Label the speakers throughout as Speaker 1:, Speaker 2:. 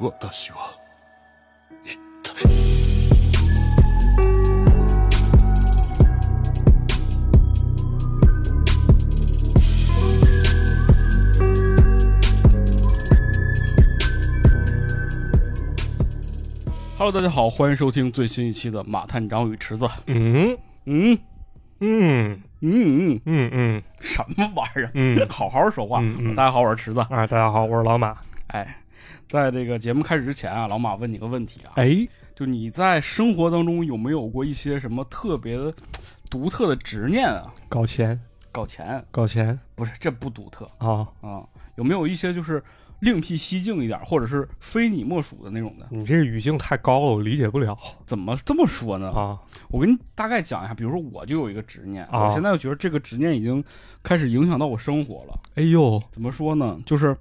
Speaker 1: 私は一体
Speaker 2: ？Hello，大家好，欢迎收听最新一期的《马探长与池子》。
Speaker 3: 嗯
Speaker 2: 嗯
Speaker 3: 嗯
Speaker 2: 嗯嗯，
Speaker 3: 嗯嗯
Speaker 2: 什么玩意儿？
Speaker 3: 嗯
Speaker 2: 好好说话。
Speaker 3: 嗯嗯
Speaker 2: 大家好，我是池子。
Speaker 3: 啊！大家好，我是老马。
Speaker 2: 哎，在这个节目开始之前啊，老马问你个问题啊，
Speaker 3: 哎，
Speaker 2: 就你在生活当中有没有过一些什么特别的、独特的执念啊？
Speaker 3: 搞钱，
Speaker 2: 搞钱
Speaker 3: 搞钱
Speaker 2: 不是，这不独特
Speaker 3: 啊！
Speaker 2: 啊、有没有一些就是另辟蹊径一点，或者是非你莫属的那种的？
Speaker 3: 你这语境太高了，我理解不了
Speaker 2: 怎么这么说呢？
Speaker 3: 啊！
Speaker 2: 我给你大概讲一下，比如说我就有一个执念，
Speaker 3: 啊
Speaker 2: 我现在就觉得这个执念已经开始影响到我生活了。
Speaker 3: 哎呦，
Speaker 2: 怎么说呢？就是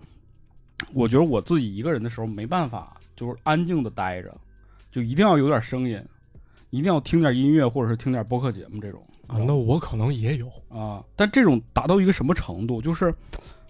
Speaker 2: 我觉得我自己一个人的时候没办法，就是安静的待着，就一定要有点声音，一定要听点音乐或者是听点播客节目这种
Speaker 3: 啊，那我可能也有
Speaker 2: 啊。但这种达到一个什么程度？就是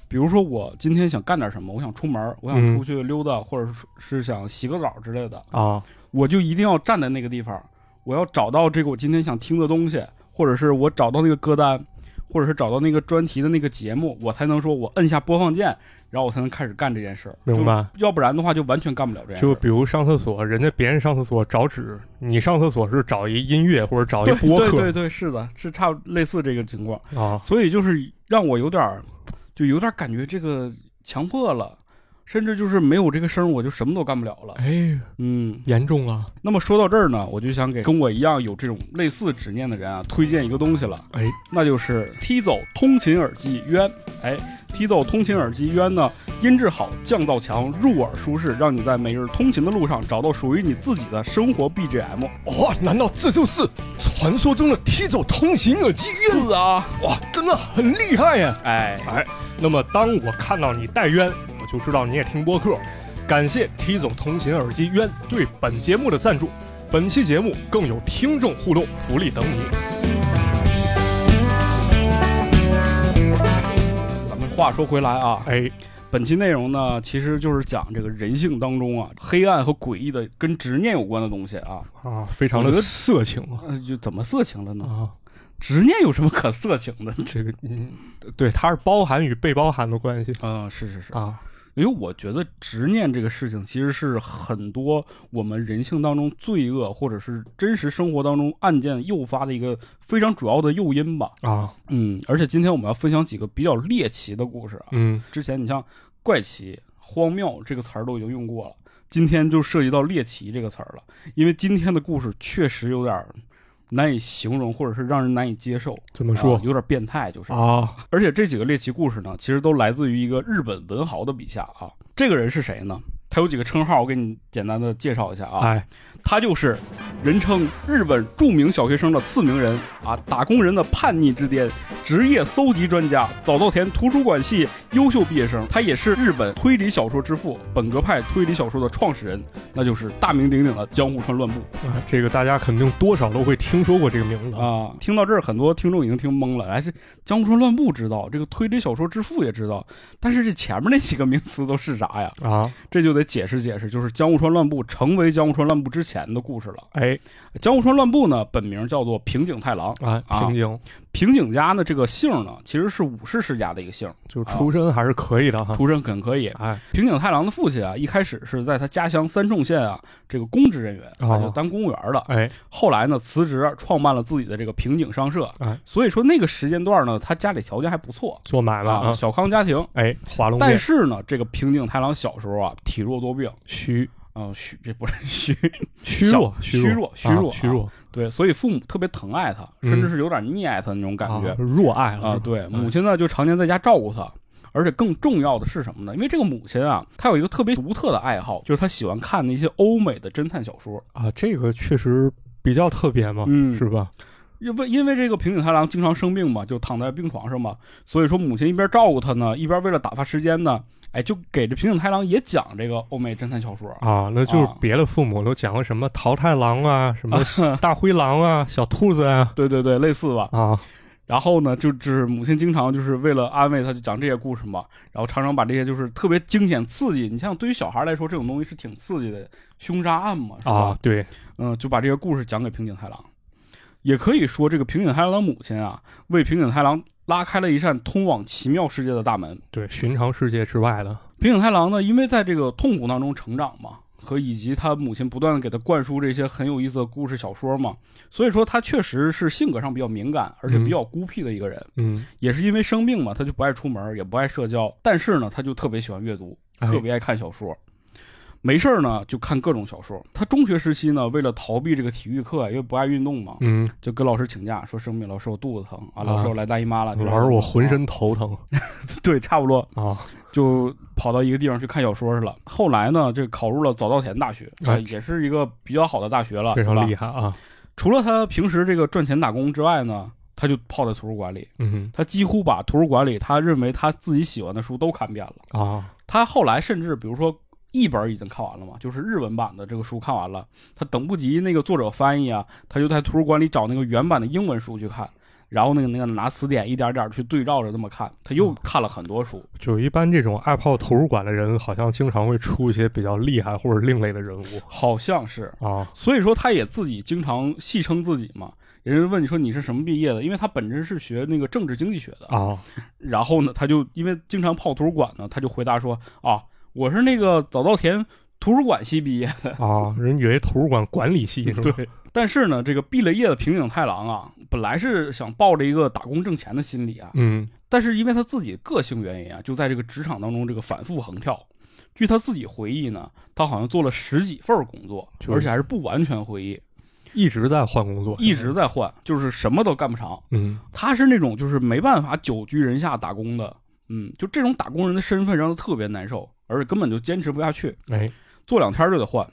Speaker 2: 比如说我今天想干点什么，我想出门，我想
Speaker 3: 嗯
Speaker 2: 出去溜达，或者是是想洗个澡之类的，
Speaker 3: 啊
Speaker 2: 我就一定要站在那个地方，我要找到这个我今天想听的东西，或者是我找到那个歌单，或者是找到那个专题的那个节目，我才能说我摁下播放键，然后我才能开始干这件事儿。
Speaker 3: 明白？
Speaker 2: 就？要不然的话，就完全干不了这件事
Speaker 3: 就
Speaker 2: 儿。
Speaker 3: 比如上厕所，人家别人上厕所找纸，你上厕所是找一音乐或者找一播
Speaker 2: 对对对
Speaker 3: 客
Speaker 2: 对，是的，是差不多类似这个情况，
Speaker 3: 啊
Speaker 2: 所以就是让我有点儿，就有点儿感觉这个强迫了，甚至就是没有这个声儿，我就什么都干不了了。
Speaker 3: 哎，
Speaker 2: 嗯，
Speaker 3: 严重了！
Speaker 2: 那么说到这儿呢，我就想给跟我一样有这种类似执念的人啊，推荐一个东西了。
Speaker 3: 哎，
Speaker 2: 那就是踢走通勤耳机冤。哎，踢走通勤耳机冤呢，音质好，降噪强，入耳舒适，让你在每日通勤的路上找到属于你自己的生活 BGM。
Speaker 3: 哇，难道这就是传说中的踢走通行耳机？
Speaker 2: 是啊，
Speaker 3: 哇，真的很厉害呀！
Speaker 2: 哎，
Speaker 3: 哎，那么当我看到你戴冤，我就知道你也听播客。感谢 T 总同行耳机冤对本节目的赞助，本期节目更有听众互动福利等你。
Speaker 2: 咱们话说回来啊，
Speaker 3: 哎，
Speaker 2: 本期内容呢，其实就是讲这个人性当中啊，黑暗和诡异的跟执念有关的东西啊。
Speaker 3: 啊，非常
Speaker 2: 我
Speaker 3: 的
Speaker 2: 觉得
Speaker 3: 色情啊
Speaker 2: 呃，就怎么色情了呢？
Speaker 3: 啊，
Speaker 2: 执念有什么可色情的？
Speaker 3: 这个嗯，对，它是包含与被包含的关系
Speaker 2: 嗯，是是是，
Speaker 3: 啊。
Speaker 2: 因为我觉得执念这个事情，其实是很多我们人性当中罪恶，或者是真实生活当中案件诱发的一个非常主要的诱因吧。
Speaker 3: 啊，
Speaker 2: 嗯，而且今天我们要分享几个比较猎奇的故事啊。
Speaker 3: 嗯，
Speaker 2: 之前你像怪奇、荒谬这个词儿都已经用过了，今天就涉及到猎奇这个词儿了，因为今天的故事确实有点儿难以形容，或者是让人难以接受。
Speaker 3: 怎么说
Speaker 2: 啊有点变态，就是
Speaker 3: 啊？
Speaker 2: 而且这几个猎奇故事呢，其实都来自于一个日本文豪的笔下啊。这个人是谁呢？他有几个称号，我给你简单的介绍一下啊。
Speaker 3: 哎，
Speaker 2: 他就是人称日本著名小学生的次名人啊，打工人的叛逆之巅，职业搜集专家，早稻田图书馆系优秀毕业生。他也是日本推理小说之父，本格派推理小说的创始人，那就是大名鼎鼎的江户川乱步。
Speaker 3: 啊这个大家肯定多少都会听说过这个名字。
Speaker 2: 啊，听到这儿，很多听众已经听懵了。哎，这江户川乱步知道，这个推理小说之父也知道，但是这前面那几个名词都是啥呀？
Speaker 3: 啊，
Speaker 2: 这就得解释解释，就是江户川乱步成为江户川乱步之前的故事了。
Speaker 3: 哎，
Speaker 2: 江户川乱步呢，本名叫做平井太郎，
Speaker 3: 啊，
Speaker 2: 啊
Speaker 3: 平井
Speaker 2: 平井家呢这个姓呢，其实是武士世家的一个姓，
Speaker 3: 就出身还是可以的哈。
Speaker 2: 出身很可以。
Speaker 3: 哎，
Speaker 2: 平井太郎的父亲啊，一开始是在他家乡三重县啊，这个公职人员，他就
Speaker 3: 哦
Speaker 2: 当公务员的。
Speaker 3: 哎，
Speaker 2: 后来呢，辞职创办了自己的这个平井商社
Speaker 3: 哎，
Speaker 2: 所以说那个时间段呢，他家里条件还不错
Speaker 3: 做买卖
Speaker 2: 啊，
Speaker 3: 啊。
Speaker 2: 小康家庭。
Speaker 3: 哎，华龙
Speaker 2: 但
Speaker 3: 面
Speaker 2: 是呢，这个平井太郎小时候啊，体弱多病，
Speaker 3: 虚
Speaker 2: 啊、虚 这不是虚，
Speaker 3: 虚弱
Speaker 2: 小虚弱
Speaker 3: 啊
Speaker 2: 虚弱
Speaker 3: 虚弱，
Speaker 2: 对，所以父母特别疼爱他，
Speaker 3: 嗯
Speaker 2: 甚至是有点溺爱他的那种感觉
Speaker 3: 啊弱爱了
Speaker 2: 啊、
Speaker 3: 是吧
Speaker 2: 对，
Speaker 3: 嗯
Speaker 2: 母亲呢就常年在家照顾他，而且更重要的是什么呢？因为这个母亲啊，她有一个特别独特的爱好，就是她喜欢看那些欧美的侦探小说。
Speaker 3: 啊，这个确实比较特别嘛，
Speaker 2: 嗯
Speaker 3: 是吧？
Speaker 2: 因为因为这个平井太郎经常生病嘛，就躺在病床上嘛，所以说母亲一边照顾他呢，一边为了打发时间呢，哎，就给这平井太郎也讲这个欧美侦探小说。
Speaker 3: 啊，那就是
Speaker 2: 啊
Speaker 3: 别的父母都讲过什么桃太郎啊，什么大灰狼啊，小兔子 啊，
Speaker 2: 对对对，类似吧。
Speaker 3: 啊，
Speaker 2: 然后呢，就是母亲经常就是为了安慰他，就讲这些故事嘛。然后常常把这些就是特别惊险刺激，你像对于小孩来说，这种东西是挺刺激的，凶杀案嘛，是吧？
Speaker 3: 啊，对，
Speaker 2: 嗯，就把这个故事讲给平井太郎。也可以说，这个平井太郎的母亲啊，为平井太郎拉开了一扇通往奇妙世界的大门。
Speaker 3: 对，寻常世界之外的，
Speaker 2: 平井太郎呢，因为在这个痛苦当中成长嘛，和以及他母亲不断的给他灌输这些很有意思的故事小说嘛，所以说他确实是性格上比较敏感，而且比较孤僻的一个人。
Speaker 3: 嗯，
Speaker 2: 也是因为生病嘛，他就不爱出门，也不爱社交，但是呢，他就特别喜欢阅读，
Speaker 3: 哎
Speaker 2: 特别爱看小说。没事儿呢，就看各种小说。他中学时期呢，为了逃避这个体育课，啊因为不爱运动嘛，
Speaker 3: 嗯，
Speaker 2: 就跟老师请假，说生病，老师我肚子疼啊，
Speaker 3: 啊
Speaker 2: 老师我来大姨妈了，就让
Speaker 3: 玩我
Speaker 2: 跑
Speaker 3: 浑身头疼
Speaker 2: 啊对，差不多
Speaker 3: 啊，
Speaker 2: 就跑到一个地方去看小说去了。后来呢，这考入了早稻田大学，
Speaker 3: 啊
Speaker 2: 啊也是一个比较好的大学了，
Speaker 3: 非常厉
Speaker 2: 害。
Speaker 3: 害啊，
Speaker 2: 除了他平时这个赚钱打工之外呢，他就泡在图书馆里，
Speaker 3: 嗯
Speaker 2: 他几乎把图书馆里他认为他自己喜欢的书都看遍了。
Speaker 3: 啊，
Speaker 2: 他后来甚至比如说译本已经看完了嘛，就是日文版的这个书看完了，他等不及那个作者翻译啊，他就在图书馆里找那个原版的英文书去看。然后那个那个拿词典一点点去对照着这么看，他
Speaker 3: 嗯
Speaker 2: 又看了很多书。
Speaker 3: 就一般这种爱泡图书馆的人，好像经常会出一些比较厉害或者另类的人物
Speaker 2: 好像是，
Speaker 3: 啊，
Speaker 2: 所以说他也自己经常戏称自己嘛。人家问你说你是什么毕业的，因为他本身是学那个政治经济学的。
Speaker 3: 啊，
Speaker 2: 然后呢，他就因为经常泡图书馆呢，他就回答说啊，我是那个早稻田图书馆系 毕业的。
Speaker 3: 啊，人以为图书馆管理系是吧？
Speaker 2: 对，但是呢，这个毕了业的平井太郎啊，本来是想抱着一个打工挣钱的心理啊，
Speaker 3: 嗯
Speaker 2: 但是因为他自己个性原因啊，就在这个职场当中这个反复横跳。据他自己回忆呢，他好像做了十几份工作，
Speaker 3: 就是
Speaker 2: 而且还是不完全回忆，
Speaker 3: 一直在换工作，
Speaker 2: 一直在换，就是什么都干不长。
Speaker 3: 嗯
Speaker 2: 他是那种就是没办法久居人下打工的，嗯，就这种打工人的身份让他特别难受，而且根本就坚持不下去，
Speaker 3: 哎
Speaker 2: 做两天就得换。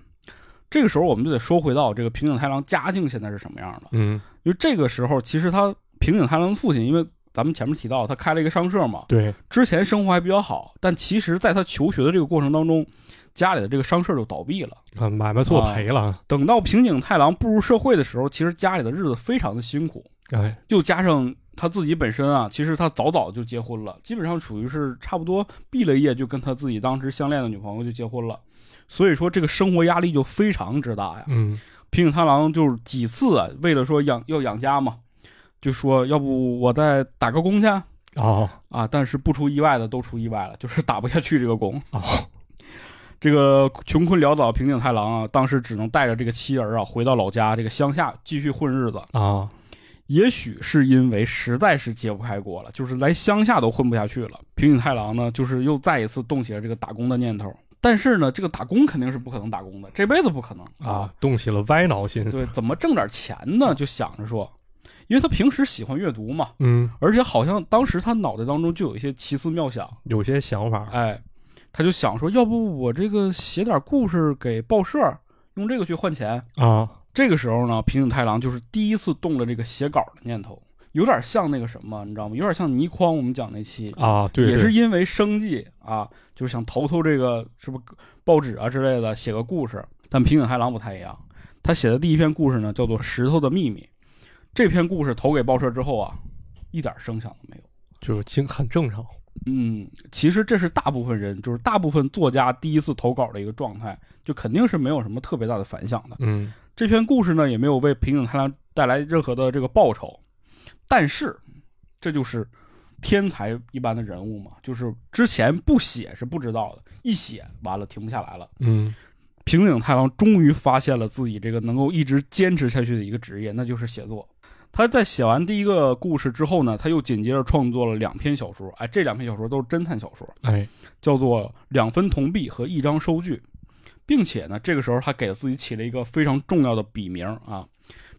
Speaker 2: 这个时候我们就得说回到这个平井太郎家境现在是什么样的。
Speaker 3: 嗯
Speaker 2: 因为这个时候，其实他平井太郎的父亲，因为咱们前面提到他开了一个商社嘛，
Speaker 3: 对
Speaker 2: 之前生活还比较好，但其实在他求学的这个过程当中，家里的这个商社就倒闭了。
Speaker 3: 啊买卖做赔了，
Speaker 2: 等到平井太郎步入社会的时候，其实家里的日子非常的辛苦，
Speaker 3: 哎
Speaker 2: 又加上他自己本身啊，其实他早早就结婚了，基本上属于是差不多毕了业就跟他自己当时相恋的女朋友就结婚了，所以说这个生活压力就非常之大呀。
Speaker 3: 嗯
Speaker 2: 平井太郎就是几次啊，为了说养要养家嘛，就说要不我再打个工去啊
Speaker 3: 哦
Speaker 2: 啊，但是不出意外的都出意外了，就是打不下去这个工。
Speaker 3: 哦
Speaker 2: 这个穷困潦倒的平井太郎啊，当时只能带着这个妻儿啊回到老家这个乡下继续混日子。
Speaker 3: 啊
Speaker 2: 也许是因为实在是揭不开锅了，就是来乡下都混不下去了。平井太郎呢，就是又再一次动起了这个打工的念头。但是呢，这个打工肯定是不可能打工的，这辈子不可能
Speaker 3: 啊，动起了歪脑筋，
Speaker 2: 对，怎么挣点钱呢？就想着说，因为他平时喜欢阅读嘛，
Speaker 3: 嗯，
Speaker 2: 而且好像当时他脑袋当中就有一些奇思妙想，
Speaker 3: 有些想法，
Speaker 2: 哎，他就想说，要不我这个写点故事给报社，用这个去换钱。
Speaker 3: 啊，
Speaker 2: 这个时候呢，平井太郎就是第一次动了这个写稿的念头，有点像那个什么，你知道吗？有点像倪匡我们讲那期，
Speaker 3: 啊，对，
Speaker 2: 也
Speaker 3: 对
Speaker 2: 是因为生计啊，就是想投投这个是不是报纸啊之类的，写个故事。但平井太郎不太一样，他写的第一篇故事呢叫做《石头的秘密》。这篇故事投给报社之后啊，一点声响都没有。
Speaker 3: 就是经很正常，
Speaker 2: 嗯，其实这是大部分人，就是大部分作家第一次投稿的一个状态，就肯定是没有什么特别大的反响的。
Speaker 3: 嗯
Speaker 2: 这篇故事呢，也没有为平井太郎带来任何的这个报酬，但是这就是天才一般的人物嘛，就是之前不写是不知道的，一写完了停不下来了。
Speaker 3: 嗯
Speaker 2: 平井太郎终于发现了自己这个能够一直坚持下去的一个职业，那就是写作。他在写完第一个故事之后呢，他又紧接着创作了两篇小说，哎，这两篇小说都是侦探小说，
Speaker 3: 哎
Speaker 2: 叫做《两分铜币》和《一张收据》，并且呢，这个时候他给自己起了一个非常重要的笔名啊。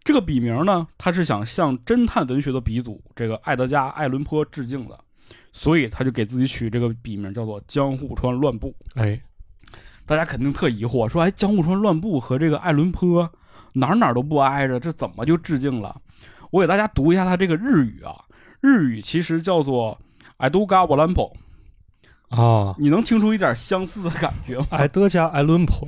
Speaker 2: 这个笔名呢，他是想向侦探文学的鼻祖这个埃德加·艾伦坡致敬的，所以他就给自己取这个笔名叫做江户川乱步。
Speaker 3: 哎
Speaker 2: 大家肯定特疑惑，说：“哎，江户川乱步和这个艾伦坡哪儿哪儿都不挨着，这怎么就致敬了？”我给大家读一下他这个日语啊，日语其实叫做 “I do ga w a l a m p o
Speaker 3: 啊，
Speaker 2: 你能听出一点相似的感觉吗？
Speaker 3: 埃德加·艾伦坡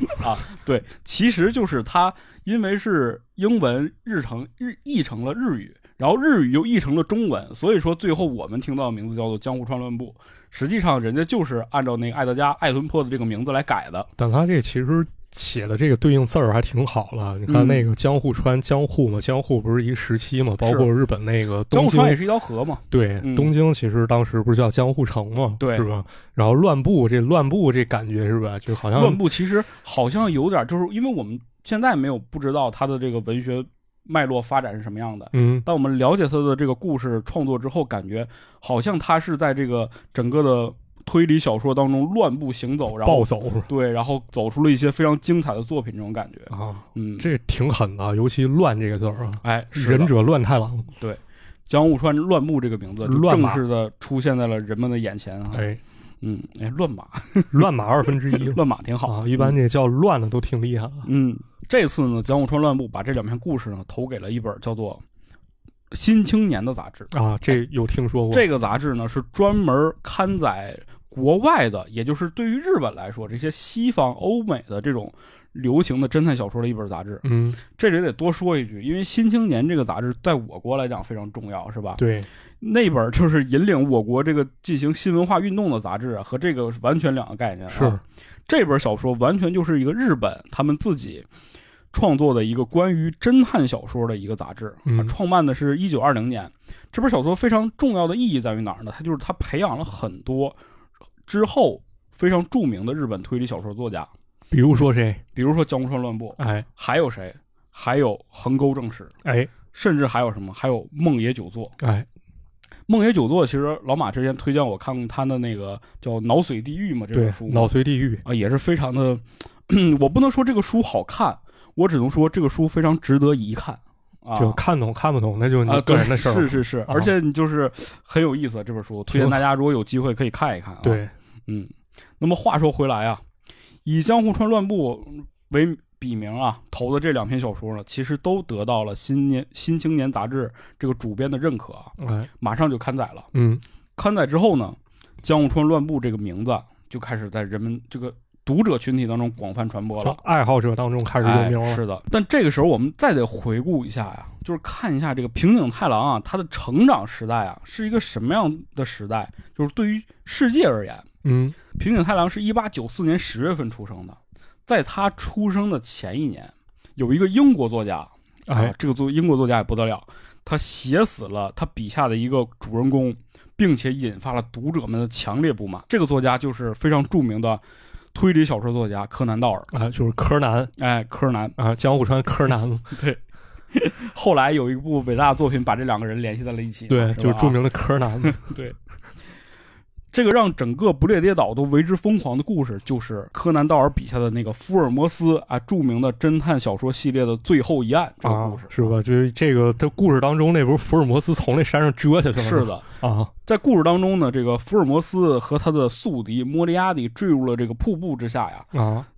Speaker 2: 对，其实就是它，因为是英文日成日译成了日语，然后日语又译成了中文，所以说最后我们听到的名字叫做《江户川乱步》，实际上人家就是按照那个艾德加·艾伦坡的这个名字来改的。
Speaker 3: 但他这其实写的这个对应字儿还挺好了。你看
Speaker 2: 嗯
Speaker 3: 那个江户川，江户嘛，江户不是一个时期嘛，包括日本那个
Speaker 2: 江
Speaker 3: 东
Speaker 2: 户川也
Speaker 3: 京，
Speaker 2: 是一条河嘛，
Speaker 3: 对，
Speaker 2: 嗯
Speaker 3: 东京其实当时不是叫江户城嘛，
Speaker 2: 对
Speaker 3: 是吧？然后乱步这乱步这感觉是吧？就好
Speaker 2: 乱
Speaker 3: 像
Speaker 2: 步其实好像有点，就是因为我们现在没有不知道它的这个文学脉络发展是什么样的，
Speaker 3: 嗯，
Speaker 2: 当我们了解他的这个故事创作之后，感觉好像他是在这个整个的推理小说当中乱步行走，然后
Speaker 3: 暴走是吧？
Speaker 2: 对，然后走出了一些非常精彩的作品，这种感觉。
Speaker 3: 啊，
Speaker 2: 嗯，
Speaker 3: 这挺狠的，尤其“乱”这个字儿啊，
Speaker 2: 哎，是的
Speaker 3: 忍者乱太郎，
Speaker 2: 江户川乱步这个名字就
Speaker 3: 乱
Speaker 2: 正
Speaker 3: 马
Speaker 2: 式的出现在了人们的眼前啊。
Speaker 3: 哎，
Speaker 2: 嗯，哎，乱马，
Speaker 3: 乱马二分之一
Speaker 2: 乱嗯马挺好。
Speaker 3: 啊，一般这叫乱的都挺厉害的。啊
Speaker 2: 嗯，这次呢，江户川乱步把这两篇故事呢投给了一本叫做《新青年》的杂志。
Speaker 3: 啊，这有听说过，
Speaker 2: 哎这个杂志呢是专门刊载国外的，也就是对于日本来说，这些西方欧美的这种流行的侦探小说的一本杂志。
Speaker 3: 嗯，
Speaker 2: 这里得多说一句，因为《新青年》这个杂志在我国来讲非常重要，是吧？
Speaker 3: 对，
Speaker 2: 那本就是引领我国这个进行新文化运动的杂志啊，和这个是完全两个概念、啊。
Speaker 3: 是，
Speaker 2: 这本小说完全就是一个日本他们自己创作的一个关于侦探小说的一个杂志，
Speaker 3: 嗯
Speaker 2: 啊创办的是一九二零年。这本小说非常重要的意义在于哪儿呢？它就是它培养了很多之后非常著名的日本推理小说作家，
Speaker 3: 比如说谁，
Speaker 2: 比如说江户川乱步，
Speaker 3: 哎
Speaker 2: 还有谁？还有横沟正史，
Speaker 3: 哎
Speaker 2: 甚至还有什么？还有梦野久作。
Speaker 3: 哎，
Speaker 2: 梦野久作其实老马之前推荐我看过他的那个叫《脑髓地狱》嘛，这
Speaker 3: 对
Speaker 2: 本书，嘛
Speaker 3: 脑髓地狱，
Speaker 2: 啊，也是非常的，我不能说这个书好看，我只能说这个书非常值得一看啊。
Speaker 3: 就看懂看不懂，那就
Speaker 2: 啊，
Speaker 3: 你个
Speaker 2: 对，
Speaker 3: 人的事儿啊
Speaker 2: 是
Speaker 3: 了。
Speaker 2: 是是，而且你就是很有意思，啊这本书推荐大家，如果有机会可以看一看、啊。，
Speaker 3: 对，
Speaker 2: 嗯。那么话说回来啊，以江户川乱步为笔名啊投的这两篇小说呢，其实都得到了新年《新青年》杂志这个主编的认可啊，
Speaker 3: 哎，
Speaker 2: 马上就刊载了。
Speaker 3: 嗯，
Speaker 2: 刊载之后呢，江户川乱步这个名字啊就开始在人们这个读者群体当中广泛传播
Speaker 3: 就
Speaker 2: 了。
Speaker 3: 爱好者当中开始有名
Speaker 2: 哎。
Speaker 3: 了。
Speaker 2: 是的，但这个时候我们再得回顾一下呀，就是看一下这个平井太郎啊，他的成长时代啊是一个什么样的时代？就是对于世界而言，啊
Speaker 3: 嗯，
Speaker 2: 平井太郎是一八九四年十月份出生的，在他出生的前一年，有一个英国作家啊
Speaker 3: 哎，，
Speaker 2: 这个作英国作家也不得了，他写死了他笔下的一个主人公，并且引发了读者们的强烈不满。这个作家就是非常著名的推理小说作家柯南道尔，
Speaker 3: 啊，就是柯南
Speaker 2: 哎，柯南。
Speaker 3: 啊，江户川柯
Speaker 2: 哎
Speaker 3: 南，
Speaker 2: 后来有一部伟大的作品把这两个人联系在了一起嘛，
Speaker 3: 对，
Speaker 2: 吧
Speaker 3: 就是著名的柯南。
Speaker 2: 这个让整个不列颠岛都为之疯狂的故事，就是柯南道尔笔下的那个福尔摩斯啊，著名的侦探小说系列的最后一案 这个
Speaker 3: 啊
Speaker 2: 故事，，
Speaker 3: 是？吧？就是这个，他故事当中那不是福尔摩斯从那山上折下去了吗？
Speaker 2: 是的，
Speaker 3: 啊，
Speaker 2: 在故事当中呢，这个福尔摩斯和他的宿敌莫里亚蒂坠入了这个瀑布之下呀。
Speaker 3: 啊，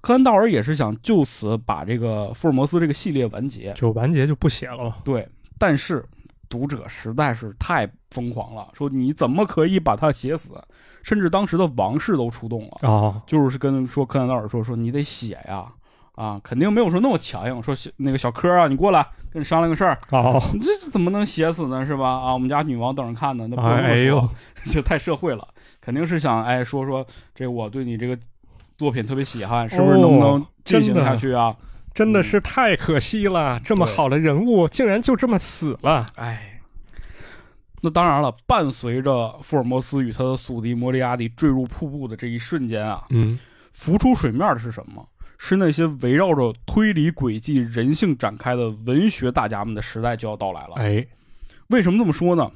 Speaker 2: 柯南道尔也是想就此把这个福尔摩斯这个系列完结，
Speaker 3: 就完结就不写了。
Speaker 2: 对，但是读者实在是太疯狂了，说你怎么可以把他写死？甚至当时的王室都出动了，
Speaker 3: 啊，
Speaker 2: 就是跟说柯南道尔说说你得写呀。啊，肯定没有说那么强硬，说小那个小柯啊，你过来跟你商量个事儿，
Speaker 3: 哦，
Speaker 2: 你这怎么能写死呢？是吧？啊，我们家女王等着看呢，那不能这么
Speaker 3: 哎
Speaker 2: 说
Speaker 3: 呦，
Speaker 2: 就太社会了，肯定是想哎说说这我对你这个作品特别喜欢，是不
Speaker 3: 哦
Speaker 2: 是能不能进行下去啊？
Speaker 3: 真的是太可惜了，这么好的人物竟然就这么死了。
Speaker 2: 哎，那当然了，伴随着福尔摩斯与他的宿敌莫里亚蒂坠入瀑布的这一瞬间啊，
Speaker 3: 嗯，
Speaker 2: 浮出水面的是什么？是那些围绕着推理轨迹、人性展开的文学大家们的时代就要到来了。
Speaker 3: 哎，
Speaker 2: 为什么这么说呢？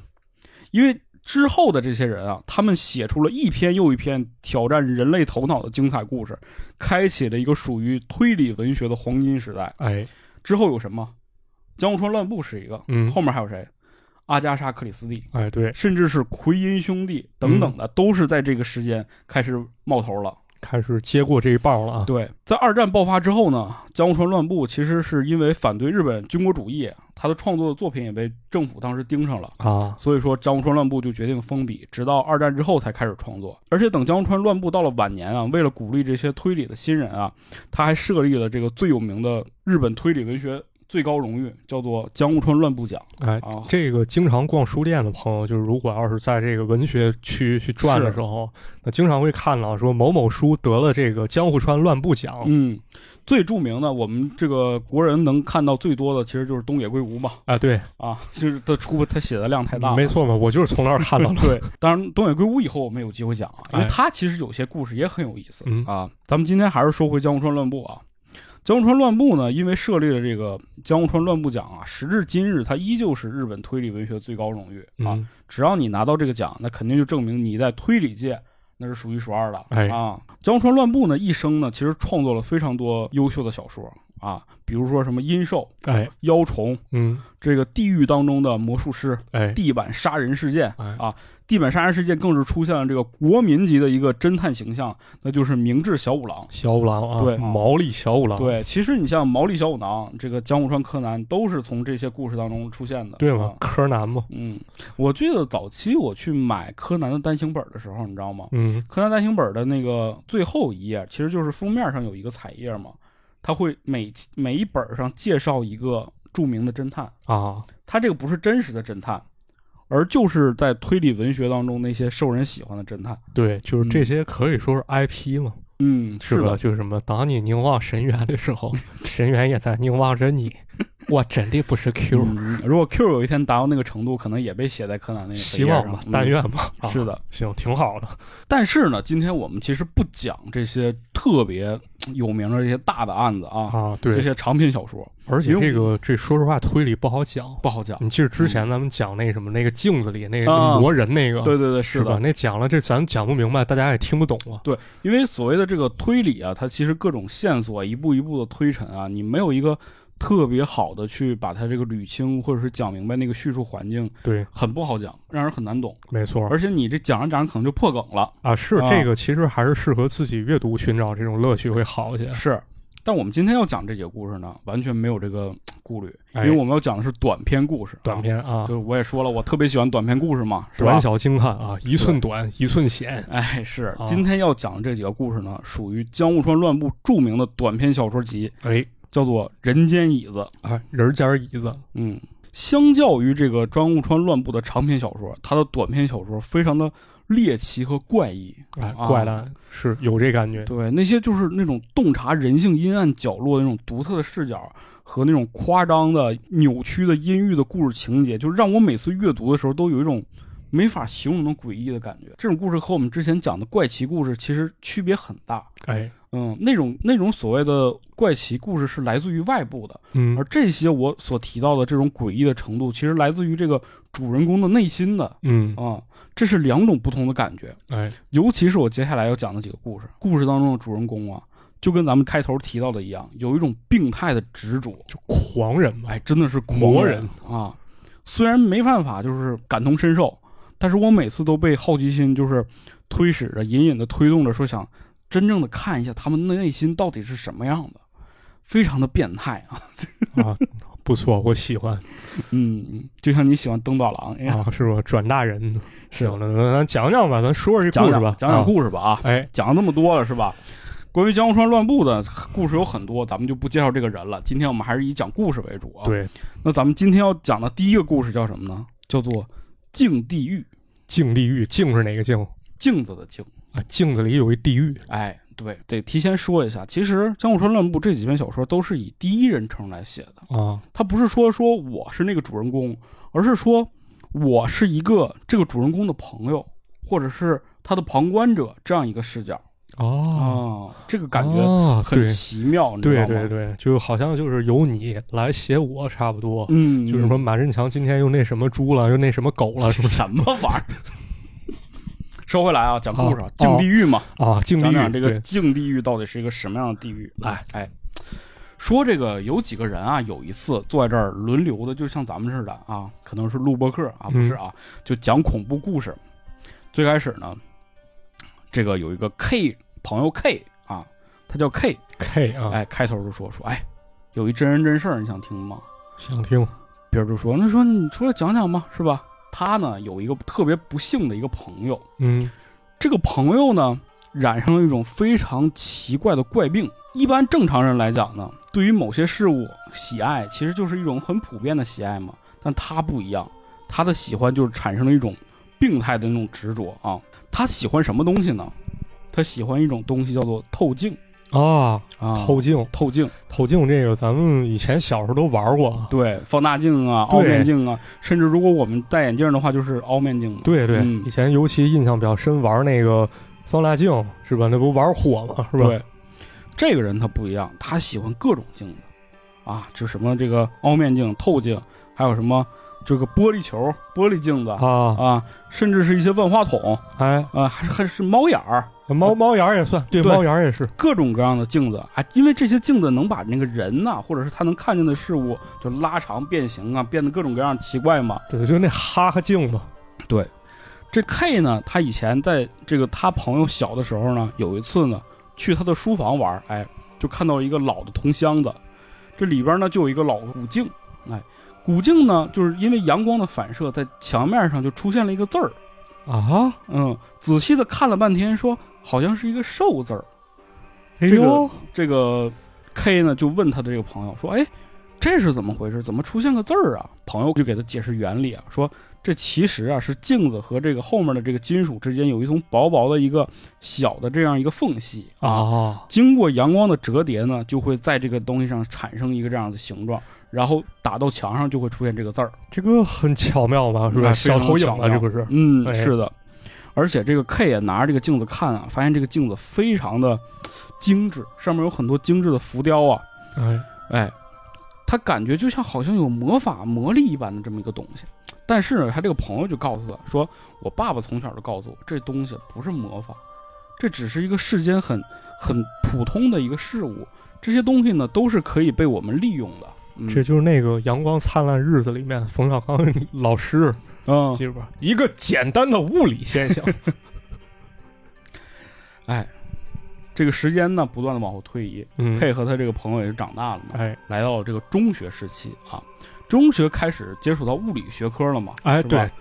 Speaker 2: 因为之后的这些人啊，他们写出了一篇又一篇挑战人类头脑的精彩故事，开启了一个属于推理文学的黄金时代。
Speaker 3: 哎，
Speaker 2: 之后有什么？江户川乱步是一个，
Speaker 3: 嗯
Speaker 2: 后面还有谁？阿加莎·克里斯蒂，
Speaker 3: 哎，对，
Speaker 2: 甚至是奎因兄弟等等的，
Speaker 3: 嗯
Speaker 2: 都是在这个时间开始冒头了。
Speaker 3: 开始接过这一棒了啊。
Speaker 2: 对，在二战爆发之后呢，江户川乱步其实是因为反对日本军国主义，他的创作的作品也被政府当时盯上了。
Speaker 4: 啊，
Speaker 2: 所以说，江户川乱步就决定封笔，直到二战之后才开始创作。而且等江户川乱步到了晚年啊，为了鼓励这些推理的新人啊，他还设立了这个最有名的日本推理文学最高荣誉，叫做江户川乱步奖
Speaker 3: 哎，
Speaker 2: 啊。
Speaker 3: 这个经常逛书店的朋友，就是如果要是在这个文学区去转的时候，那经常会看到说某某书得了这个江户川乱步奖。
Speaker 2: 嗯，最著名的，我们这个国人能看到最多的，其实就是东野圭吾嘛，
Speaker 3: 啊，对，
Speaker 2: 啊，就是他出他写的量太大了，
Speaker 3: 没错嘛，我就是从那儿看 到的。
Speaker 2: 对，当然东野圭吾以后我们有机会讲啊，因为
Speaker 3: 哎
Speaker 2: 他其实有些故事也很有意思、
Speaker 3: 嗯
Speaker 2: 啊。咱们今天还是说回江户川乱步啊。江户川乱步呢，因为设立了这个江户川乱步奖啊，时至今日，它依旧是日本推理文学最高荣誉啊。
Speaker 3: 嗯，
Speaker 2: 只要你拿到这个奖，那肯定就证明你在推理界那是数一数二的、
Speaker 3: 哎
Speaker 2: 啊。江户川乱步呢，一生呢其实创作了非常多优秀的小说啊，比如说什么《阴兽》
Speaker 3: 哎
Speaker 2: 《妖虫》
Speaker 3: 嗯，
Speaker 2: 这个地狱当中的魔术师，
Speaker 3: 哎，
Speaker 2: 地板杀人事件
Speaker 3: 哎
Speaker 2: 啊，地板杀人事件更是出现了这个国民级的一个侦探形象，那就是明智小五郎。
Speaker 3: 小五郎啊，
Speaker 2: 对
Speaker 3: 毛利小五郎，，
Speaker 2: 对，其实你像毛利小五郎、这个江户川柯南，都是从这些故事当中出现的，
Speaker 3: 对嘛，
Speaker 2: 啊
Speaker 3: 柯南嘛，
Speaker 2: 嗯，我记得早期我去买柯南的单行本的时候，你知道吗？
Speaker 3: 嗯，
Speaker 2: 柯南单行本的那个最后一页，其实就是封面上有一个彩页嘛，它会每每一本上介绍一个著名的侦探，
Speaker 3: 啊，
Speaker 2: 他这个不是真实的侦探，而就是在推理文学当中那些受人喜欢的侦探。
Speaker 3: 对，就是这些可以说是 IP 嘛，
Speaker 2: 嗯，
Speaker 3: 是吧？
Speaker 2: 的，
Speaker 3: 就是什么，当你凝望神原的时 候，神原也在凝望着你，我真的不是 Q，、
Speaker 2: 嗯如果 Q 有一天达到那个程度，可能也被写在柯南那个
Speaker 3: 希望
Speaker 2: 吧
Speaker 3: 吧，，但愿吧，啊
Speaker 2: 嗯、是的。
Speaker 3: 行，挺好的，
Speaker 2: 但是呢，今天我们其实不讲这些特别有名的这些大的案子啊，
Speaker 3: 啊，
Speaker 2: 这
Speaker 3: 对，
Speaker 2: 些长篇小说
Speaker 3: 而且这个这说实话推理不好讲。
Speaker 2: 不好讲。
Speaker 3: 你记得之前咱们讲那什么那个镜子里那个
Speaker 2: 啊嗯啊
Speaker 3: 磨人那个，
Speaker 2: 对对对，是
Speaker 3: 是吧？
Speaker 2: 的，
Speaker 3: 那讲了这咱讲不明白，大家也听不懂啊。
Speaker 2: 因为所谓的这个推理啊，它其实各种线索啊一步一步的推陈啊，你没有一个特别好的去把它这个捋清，或者是讲明白那个叙述环境，
Speaker 3: 对，
Speaker 2: 很不好讲，让人很难懂。
Speaker 3: 没错
Speaker 2: 而且你这讲着讲着可能就破梗了。
Speaker 3: 啊，是
Speaker 2: 啊
Speaker 3: 这个其实还是适合自己阅读寻找这种乐趣会好一些。
Speaker 2: 是，但我们今天要讲这几个故事呢，完全没有这个呃顾虑，因
Speaker 3: 哎
Speaker 2: 为我们要讲的是短篇故事。
Speaker 3: 短、
Speaker 2: 啊，
Speaker 3: 篇啊，
Speaker 2: 就我也说了，我特别喜欢短篇故事嘛，是吧
Speaker 3: 短？小精悍啊，一寸短一寸险。
Speaker 2: 哎，是
Speaker 3: 啊，
Speaker 2: 今天要讲的这几个故事呢，属于江户川乱步著名的短篇小说集，
Speaker 3: 哎
Speaker 2: 叫做《人间椅子》。
Speaker 3: 啊，人间椅子
Speaker 2: 嗯，相较于这个江户川乱步的长篇小说，他的短篇小说非常的猎奇和怪异。
Speaker 3: 哎，
Speaker 2: 啊
Speaker 3: 怪诞是有这感觉。
Speaker 2: 对，那些就是那种洞察人性阴暗角落的那种独特的视角和那种夸张的、扭曲的、阴郁的故事情节，就让我每次阅读的时候都有一种没法形容的诡异的感觉。这种故事和我们之前讲的怪奇故事其实区别很大。
Speaker 3: 哎，
Speaker 2: 嗯，那种那种所谓的怪奇故事是来自于外部的，
Speaker 3: 嗯
Speaker 2: 而这些我所提到的这种诡异的程度，其实来自于这个主人公的内心的
Speaker 3: 嗯，
Speaker 2: 啊、这是两种不同的感觉。
Speaker 3: 哎，
Speaker 2: 尤其是我接下来要讲的几个故事，故事当中的主人公啊，就跟咱们开头提到的一样，有一种病态的执着，
Speaker 3: 就狂人嘛，
Speaker 2: 哎，真的是
Speaker 3: 魔
Speaker 2: 狂
Speaker 3: 人
Speaker 2: 啊！虽然没办法，就是感同身受，但是我每次都被好奇心就是推使着，隐隐的推动着，说想真正的看一下他们的内心到底是什么样的，非常的变态啊！
Speaker 3: 啊，不错，我喜欢
Speaker 2: 嗯，就像你喜欢登岛郎一 样，
Speaker 3: 啊，是吧？转大人，
Speaker 2: 是
Speaker 3: 行了，那咱讲讲吧，咱说说这
Speaker 2: 讲
Speaker 3: 故
Speaker 2: 讲
Speaker 3: 事吧，
Speaker 2: 讲讲
Speaker 3: 事。
Speaker 2: 故事吧啊！
Speaker 3: 哎，
Speaker 2: 讲了那么多了是吧？关于江户川乱步的故事有很多，咱们就不介绍这个人了。今天我们还是以讲故事为主啊。，
Speaker 3: 对，
Speaker 2: 那咱们今天要讲的第一个故事叫什么呢？叫做《镜地狱》，
Speaker 3: 镜地狱，镜是哪个镜
Speaker 2: 镜子的镜。
Speaker 3: 啊？镜子里有一地狱
Speaker 2: 哎，对，得提前说一下，其实江户川乱步这几篇小说都是以第一人称来写的，
Speaker 3: 啊，
Speaker 2: 他不是说说我是那个主人公，而是说我是一个这个主人公的朋友，或者是他的旁观者这样一个视角啊、
Speaker 3: 哦，
Speaker 2: 这个感觉
Speaker 3: 觉
Speaker 2: 很奇妙，你知道
Speaker 3: 对
Speaker 2: 吗？
Speaker 3: 对对对，就好像就是由你来写我差不多，
Speaker 2: 嗯，
Speaker 3: 就是什么马振强今天又那什么猪了，又那什么狗了，是不是
Speaker 2: 什么玩 意儿？说回来啊，讲故事啊
Speaker 3: 哦，
Speaker 2: 净地狱嘛，
Speaker 3: 啊？镜地
Speaker 2: 讲
Speaker 3: 狱
Speaker 2: 讲这个
Speaker 3: 对
Speaker 2: 净地狱到底是一个什么样的地狱？
Speaker 3: 来
Speaker 2: 哎，说这个有几个人啊，有一次坐在这儿轮流的，就像咱们似的啊，可能是录播课啊，不是
Speaker 3: 嗯
Speaker 2: 啊，就讲恐怖故事。最开始呢，这个有一个 K 朋友 K 啊，他叫 K，
Speaker 3: K 啊，
Speaker 2: 哎哎，开头就说说，哎，有一真人真事儿，你想听吗？
Speaker 3: 想听
Speaker 2: 别人就说：“那说你出来讲讲吧，是吧？”他呢有一个特别不幸的一个朋友，
Speaker 3: 嗯
Speaker 2: 这个朋友呢染上了一种非常奇怪的怪病。一般正常人来讲呢，对于某些事物喜爱其实就是一种很普遍的喜爱嘛，但他不一样，他的喜欢就是产生了一种病态的那种执着啊。他喜欢什么东西呢？他喜欢一种东西叫做透镜
Speaker 3: 啊，
Speaker 2: 啊，
Speaker 3: 透镜，
Speaker 2: 透镜。
Speaker 3: 透镜这个咱们以前小时候都玩过啊。
Speaker 2: 对，放大镜啊，
Speaker 3: 对
Speaker 2: 凹面镜啊，甚至如果我们戴眼镜的话，就是凹面镜嘛。
Speaker 3: 对对，
Speaker 2: 嗯
Speaker 3: 以前尤其印象比较深，玩那个放大镜是吧？那不玩火吗？是吧？
Speaker 2: 对，这个人他不一样，他喜欢各种镜子啊，就什么这个凹面镜、透镜，还有什么这个玻璃球、玻璃镜子啊
Speaker 3: 啊，
Speaker 2: 甚至是一些万花筒
Speaker 3: 哎，
Speaker 2: 啊，还是还是猫眼儿，
Speaker 3: 猫猫眼儿也算，对，
Speaker 2: 啊对
Speaker 3: 猫眼儿也是，
Speaker 2: 各种各样的镜子啊，因为这些镜子能把那个人呐、或者是他能看见的事物就拉长、变形啊，变得各种各样奇怪嘛。
Speaker 3: 对，就那哈哈镜嘛。
Speaker 2: 这 K 呢，他以前在这个他朋友小的时候呢，有一次呢，去他的书房玩，哎，就看到一个老的铜箱子，这里边呢就有一个老古镜，哎，古镜呢就是因为阳光的反射，在墙面上就出现了一个字儿，
Speaker 3: 啊，
Speaker 2: 嗯，仔细的看了半天说，好像是一个寿字儿。
Speaker 3: 哎
Speaker 2: 这个
Speaker 3: 呦，
Speaker 2: 这个 K 呢就问他的这个朋友说：“哎，这是怎么回事？怎么出现个字儿啊？”朋友就给他解释原理啊，说这其实啊是镜子和这个后面的这个金属之间有一层薄薄的一个小的这样一个缝隙，
Speaker 3: 啊，
Speaker 2: 经过阳光的折叠呢，就会在这个东西上产生一个这样的形状，然后打到墙上就会出现这个字儿。
Speaker 3: 这个很巧妙嘛，是吧？
Speaker 2: 哎非
Speaker 3: 小
Speaker 2: 常
Speaker 3: 投影
Speaker 2: 巧
Speaker 3: 啊，
Speaker 2: 妙
Speaker 3: 这不是？
Speaker 2: 嗯，
Speaker 3: 哎
Speaker 2: 是的。而且这个 K 也拿着这个镜子看啊，发现这个镜子非常的精致，上面有很多精致的浮雕啊，
Speaker 3: 哎，
Speaker 2: 哎，他感觉就像好像有魔法魔力一般的这么一个东西。但是呢，他这个朋友就告诉他说：“我爸爸从小就告诉我，这东西不是魔法，这只是一个世间很很普通的一个事物。这些东西呢，都是可以被我们利用的。嗯”
Speaker 3: 这就是那个《阳光灿烂日子》里面冯小刚老师，
Speaker 2: 嗯，
Speaker 3: 记住吧？一个简单的物理现 象
Speaker 2: 这个时间呢，不断的往后推移，
Speaker 3: 嗯，
Speaker 2: 配合他这个朋友也是长大了嘛，
Speaker 3: 哎
Speaker 2: 来到了这个中学时期啊，中学开始接触到物理学科了嘛，
Speaker 3: 哎，
Speaker 2: 是吧
Speaker 3: 对，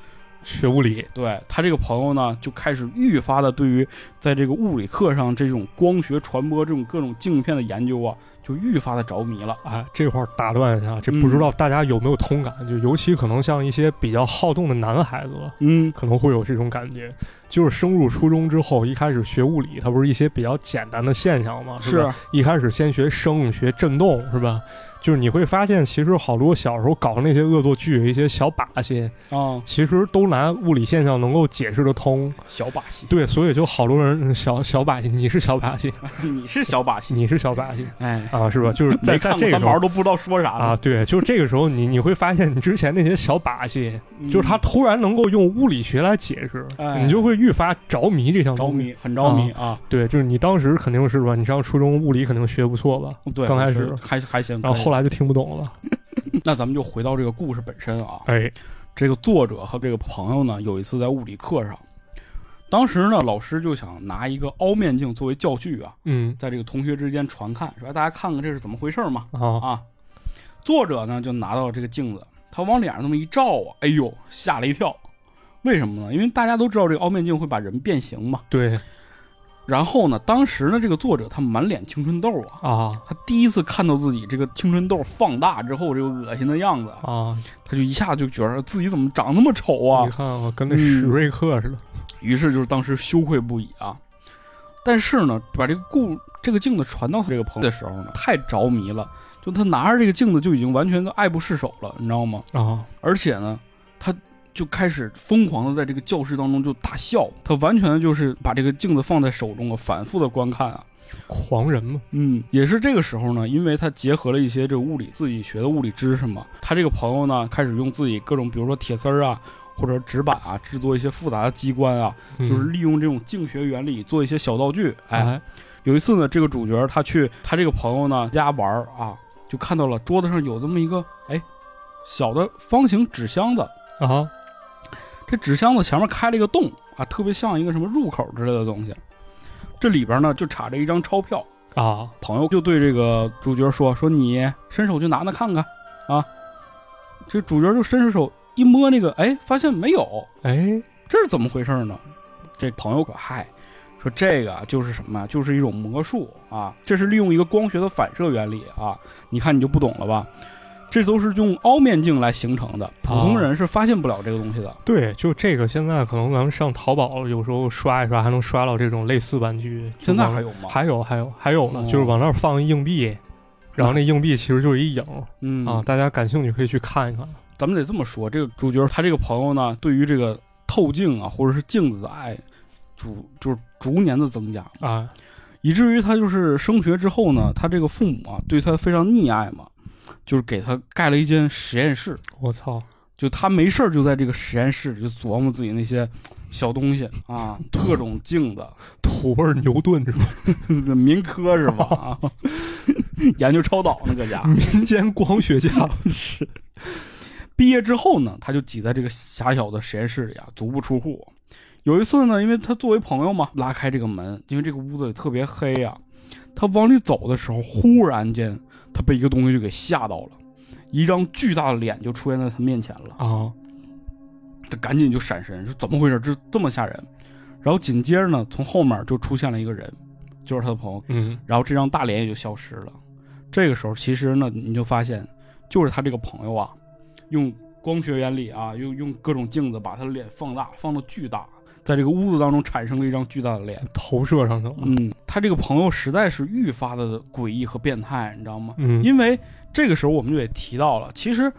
Speaker 3: 学物理，
Speaker 2: 对他这个朋友呢，就开始愈发的对于在这个物理课上这种光学传播、这种各种镜片的研究啊，就愈发的着迷了。
Speaker 3: 哎，这块儿打断一下，这
Speaker 2: 嗯
Speaker 3: 不知道大家有没有同感？就尤其可能像一些比较好动的男孩子，
Speaker 2: 嗯，
Speaker 3: 可能会有这种感觉。就是升入初中之后，一开始学物理，它不是一些比较简单的现象吗？啊是吧
Speaker 2: 是，
Speaker 3: 一开始先学声，学震动，是吧？就是你会发现，其实好多小时候搞的那些恶作剧，有一些小把戏，
Speaker 2: 啊，
Speaker 3: 其实都拿物理现象能够解释得通。
Speaker 2: 小把戏，
Speaker 3: 对，所以就好多人嗯小小把戏，你是小把戏，
Speaker 2: 你是小把戏，
Speaker 3: 你是小把戏
Speaker 2: 哎，
Speaker 3: 啊，是吧？就是在在
Speaker 2: 没看
Speaker 3: 这
Speaker 2: 过
Speaker 3: 个
Speaker 2: 三
Speaker 3: 时候
Speaker 2: 毛都不知道说啥
Speaker 3: 啊，
Speaker 2: 了，
Speaker 3: 对，就是这个时候你你会发现，你之前那些小把戏，
Speaker 2: 嗯
Speaker 3: 就是他突然能够用物理学来解释，
Speaker 2: 哎
Speaker 3: 你就会愈发着迷这项
Speaker 2: 嗯着
Speaker 3: 东西。
Speaker 2: 迷，很着迷啊。
Speaker 3: 对，就是你当时肯定是吧，你上初中物理肯定学不错吧，
Speaker 2: 嗯对，
Speaker 3: 刚开
Speaker 2: 是
Speaker 3: 始，
Speaker 2: 还还行，
Speaker 3: 然后
Speaker 2: 可以
Speaker 3: 后来就听不懂
Speaker 2: 啊
Speaker 3: 了。
Speaker 2: 那咱们就回到这个故事本身啊。
Speaker 3: 哎，
Speaker 2: 这个作者和这个朋友呢，有一次在物理课上，当时呢，老师就想拿一个凹面镜作为教具啊，
Speaker 3: 嗯
Speaker 2: 在这个同学之间传看，说哎大家看看这是怎么回事儿嘛
Speaker 3: 啊，
Speaker 2: 啊。作者呢就拿到这个镜子，他往脸上那么一照啊，哎呦吓了一跳，为什么呢？因为大家都知道这个凹面镜会把人变形嘛。
Speaker 3: 对
Speaker 2: 然后呢，当时呢这个作者他满脸青春痘啊，
Speaker 3: 啊
Speaker 2: 他第一次看到自己这个青春痘放大之后这个恶心的样子，
Speaker 3: 啊，
Speaker 2: 他就一下就觉得自己怎么长那么丑啊
Speaker 3: 你，看我跟那史瑞克似的。
Speaker 2: 于是就是当时羞愧不已啊。但是呢，把这个故这个镜子传到他这个朋友的时候呢，太着迷了，就他拿着这个镜子就已经完全的爱不释手了，你知道吗？
Speaker 3: 啊，
Speaker 2: 而且呢，他就开始疯狂的在这个教室当中就大笑，他完全就是把这个镜子放在手中啊，反复的观看啊。
Speaker 3: 狂人嘛，
Speaker 2: 嗯，也是这个时候呢，因为他结合了一些这个物理自己学的物理知识嘛，他这个朋友呢开始用自己各种，比如说铁丝儿啊，或者纸板啊，制作一些复杂的机关啊，
Speaker 3: 嗯
Speaker 2: 就是利用这种竞学原理做一些小道具。哎，
Speaker 3: 哎
Speaker 2: 有一次呢，这个主角他去他这个朋友呢家玩儿啊，就看到了桌子上有这么一个哎小的方形纸箱子，
Speaker 3: 啊
Speaker 2: 这纸箱子前面开了一个洞啊，特别像一个什么入口之类的东西。这里边呢就插着一张钞票，
Speaker 3: 啊
Speaker 2: 朋友就对这个主角说：“说你伸手去拿拿看看啊。”这主角就伸出手一摸那个，哎，发现没有，
Speaker 3: 哎，
Speaker 2: 这是怎么回事呢？这朋友可嗨，说这个啊就是什么啊，就是一种魔术啊，这是利用一个光学的反射原理啊，你看你就不懂了吧？这都是用凹面镜来形成的，普通人是发现不了这个东西的。
Speaker 3: 对，就这个现在可能咱们上淘宝有时候刷一刷，还能刷到这种类似玩具。
Speaker 2: 现在
Speaker 3: 就
Speaker 2: 还
Speaker 3: 往
Speaker 2: 有吗？
Speaker 3: 还有还有还有呢，
Speaker 2: 哦
Speaker 3: 就是往那儿放硬币，然后那硬币其实就是一影
Speaker 2: 嗯
Speaker 3: 啊，大家感兴趣可以去看一看。
Speaker 2: 咱们得这么说，这个主角他这个朋友呢，对于这个透镜啊，或者是镜子的爱，逐就是逐年的增加，
Speaker 3: 啊，
Speaker 2: 以至于他就是升学之后呢，他这个父母啊对他非常溺爱嘛，就是给他盖了一间实验室，
Speaker 3: 我操，
Speaker 2: 就他没事儿就在这个实验室里就琢磨自己那些小东西啊，各种镜子，
Speaker 3: 土味儿牛顿是吧？
Speaker 2: 民科是吧？啊， 研究超导呢，搁家。
Speaker 3: 民间光学家
Speaker 2: 啊 是。毕业之后呢，他就挤在这个狭小的实验室里啊，足不出户。有一次呢，因为他作为朋友嘛，拉开这个门，因为这个屋子里特别黑啊，他往里走的时候，忽然间他被一个东西就给吓到了，一张巨大的脸就出现在他面前了，
Speaker 3: 啊，
Speaker 2: 他赶紧就闪身，说怎么回事？这这么吓人？然后紧接着呢，从后面就出现了一个人，就是他的朋友
Speaker 3: 嗯，
Speaker 2: 然后这张大脸也就消失了。这个时候，其实呢，你就发现，就是他这个朋友啊，用光学原理啊，用用各种镜子把他的脸放大，放到巨大，在这个屋子当中产生了一张巨大的脸。
Speaker 3: 投射上去了，
Speaker 2: 嗯，他这个朋友实在是愈发的诡异和变态，你知道吗？
Speaker 3: 嗯，
Speaker 2: 因为这个时候我们就也提到了，其实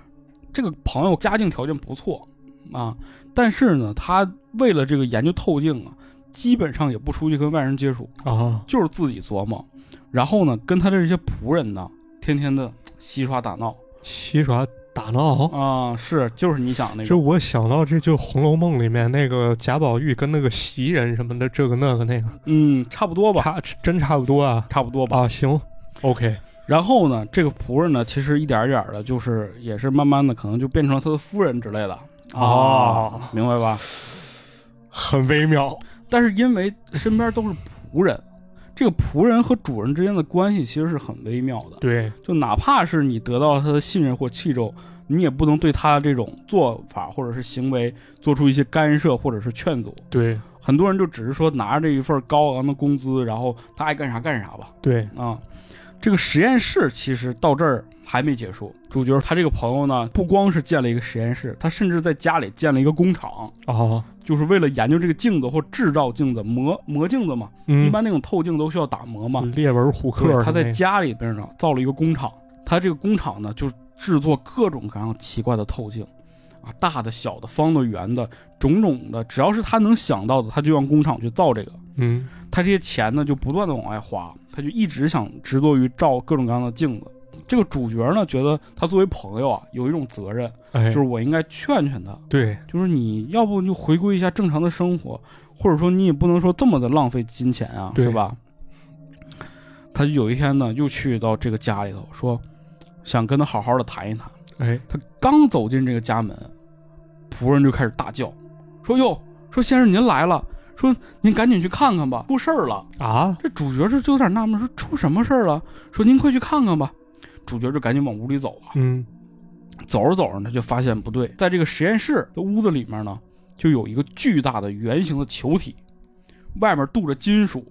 Speaker 2: 这个朋友家境条件不错啊，但是呢，他为了这个研究透镜啊，基本上也不出去跟外人接触。
Speaker 3: 啊，
Speaker 2: 就是自己琢磨，然后呢，跟他的这些仆人呢，天天的嬉耍打闹
Speaker 3: 七耍打闹。
Speaker 2: 啊、是就是你想那
Speaker 3: 这
Speaker 2: 个，
Speaker 3: 我想到，这就《红楼梦》里面那个贾宝玉跟那个袭人什么的，这个那个那个，
Speaker 2: 嗯，差不多吧，
Speaker 3: 差真差不多啊
Speaker 2: 差不多吧。
Speaker 3: 啊，行，OK，
Speaker 2: 然后呢，这个仆人呢，其实一点一点的，就是也是慢慢的，可能就变成了他的夫人之类的
Speaker 3: 哦
Speaker 2: 啊，明白吧？
Speaker 3: 很微妙，
Speaker 2: 但是因为身边都是仆人，这个仆人和主人之间的关系其实是很微妙的。
Speaker 3: 对，
Speaker 2: 就哪怕是你得到了他的信任或器重，你也不能对他这种做法或者是行为做出一些干涉或者是劝阻。
Speaker 3: 对，
Speaker 2: 很多人就只是说拿着这一份高昂的工资，然后他爱干啥干啥吧。
Speaker 3: 对，
Speaker 2: 啊，这个实验室其实到这儿还没结束。主角他这个朋友呢，不光是建了一个实验室，他甚至在家里建了一个工厂，
Speaker 3: 啊，
Speaker 2: 就是为了研究这个镜子或制造镜子磨磨镜子嘛。
Speaker 3: 嗯，
Speaker 2: 一般那种透镜都需要打磨嘛。
Speaker 3: 列文虎克
Speaker 2: 对，
Speaker 3: 的
Speaker 2: 他
Speaker 3: 那
Speaker 2: 在
Speaker 3: 个
Speaker 2: 家里边呢造了一个工厂，他这个工厂呢就制作各种各样奇怪的透镜，啊，大的、小的、方的、圆的，种种的，只要是他能想到的，他就让工厂去造这个。
Speaker 3: 嗯
Speaker 2: 他这些钱呢就不断的往外花，他就一直想执着于照各种各样的镜子。这个主角呢觉得他作为朋友啊有一种责任，
Speaker 3: 哎，
Speaker 2: 就是我应该劝劝他，
Speaker 3: 对，
Speaker 2: 就是你要不就回归一下正常的生活，或者说你也不能说这么的浪费金钱啊，
Speaker 3: 对
Speaker 2: 是吧？他就有一天呢，又去到这个家里头，说想跟他好好的谈一谈。
Speaker 3: 哎，
Speaker 2: 他刚走进这个家门，仆人就开始大叫，说：“哟，说先生您来了，说您赶紧去看看吧，出事儿了。”
Speaker 3: 啊，
Speaker 2: 这主角就就有点纳闷，说出什么事儿了？说您快去看看吧。主角就赶紧往屋里走啊，
Speaker 3: 嗯，
Speaker 2: 走着走着呢，就发现不对，在这个实验室的屋子里面呢，就有一个巨大的圆形的球体，外面镀着金属，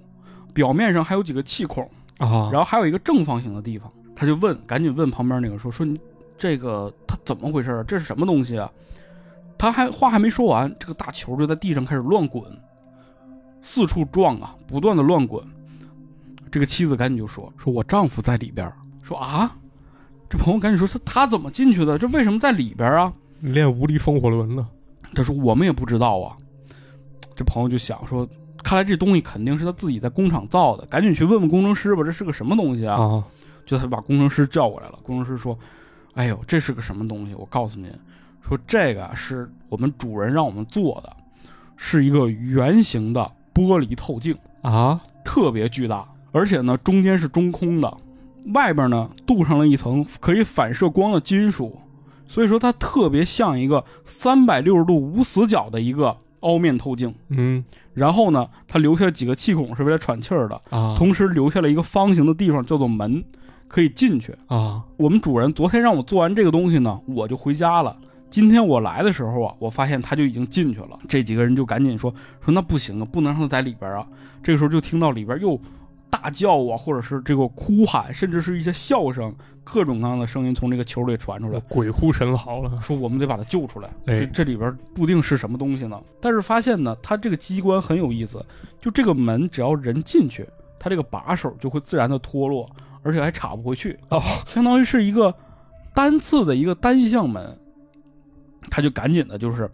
Speaker 2: 表面上还有几个气孔，
Speaker 3: 啊，
Speaker 2: 然后还有一个正方形的地方。他就问，赶紧问旁边那个说说你这个它怎么回事啊？这是什么东西啊？他还话还没说完，这个大球就在地上开始乱滚，四处撞啊，不断的乱滚。这个妻子赶紧就说说我丈夫在里边儿，说啊，这朋友赶紧说他他怎么进去的？这为什么在里边儿啊？
Speaker 3: 练无敌风火轮呢，
Speaker 2: 他说我们也不知道啊。这朋友就想说，看来这东西肯定是他自己在工厂造的，赶紧去问问工程师吧，这是个什么东西啊？
Speaker 3: 啊，
Speaker 2: 就他把工程师叫过来了。工程师说：“哎呦，这是个什么东西？我告诉您，说这个是我们主人让我们做的，是一个圆形的玻璃透镜，
Speaker 3: 啊，
Speaker 2: 特别巨大，而且呢中间是中空的，外边呢镀上了一层可以反射光的金属，所以说它特别像一个三百六十度无死角的一个凹面透镜。
Speaker 3: 嗯，
Speaker 2: 然后呢，它留下几个气孔是为了喘气儿的。
Speaker 3: 啊，
Speaker 2: 同时留下了一个方形的地方，叫做门。可以进去。
Speaker 4: 啊，
Speaker 2: 我们主人昨天让我做完这个东西呢，我就回家了。今天我来的时候啊，我发现他就已经进去了。这几个人就赶紧说说那不行啊，不能让他在里边啊。这个时候就听到里边又大叫啊，或者是这个哭喊，甚至是一些笑声，各种各样的声音从这个球里传出来。
Speaker 3: 啊鬼哭神嚎 了。
Speaker 2: 说我们得把它救出来，
Speaker 3: 哎
Speaker 2: 这这里边注定是什么东西呢？但是发现呢，它这个机关很有意思，就这个门只要人进去，它这个把手就会自然的脱落，而且还插不回去，
Speaker 3: 哦，
Speaker 2: 相当于是一个单次的一个单向门。他就赶紧的，就是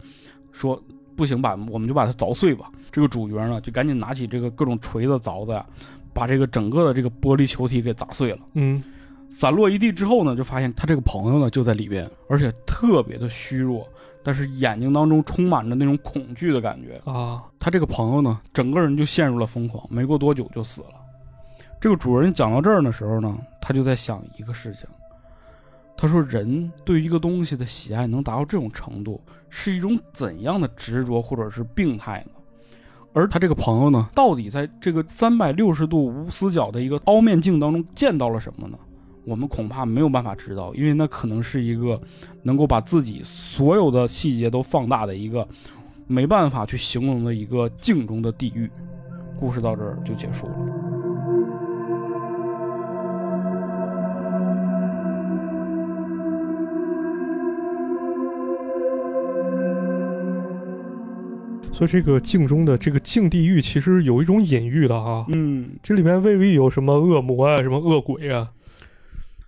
Speaker 2: 说不行吧，我们就把它凿碎吧。这个主角呢，就赶紧拿起这个各种锤子、凿子呀，把这个整个的这个玻璃球体给砸碎了。
Speaker 3: 嗯，
Speaker 2: 散落一地之后呢，就发现他这个朋友呢就在里边，而且特别的虚弱，但是眼睛当中充满着那种恐惧的感觉。
Speaker 3: 啊，
Speaker 2: 他这个朋友呢，整个人就陷入了疯狂，没过多久就死了。这个主人讲到这儿的时候呢，他就在想一个事情，他说：“人对于一个东西的喜爱能达到这种程度，是一种怎样的执着或者是病态呢？”而他这个朋友呢，到底在这个三百六十度无死角的一个凹面镜当中见到了什么呢？我们恐怕没有办法知道，因为那可能是一个能够把自己所有的细节都放大的一个没办法去形容的一个镜中的地狱。故事到这儿就结束了。
Speaker 3: 所以这个镜中的这个镜地狱其实有一种隐喻的哈，
Speaker 2: 嗯，
Speaker 3: 这里面未必有什么恶魔啊，什么恶鬼啊，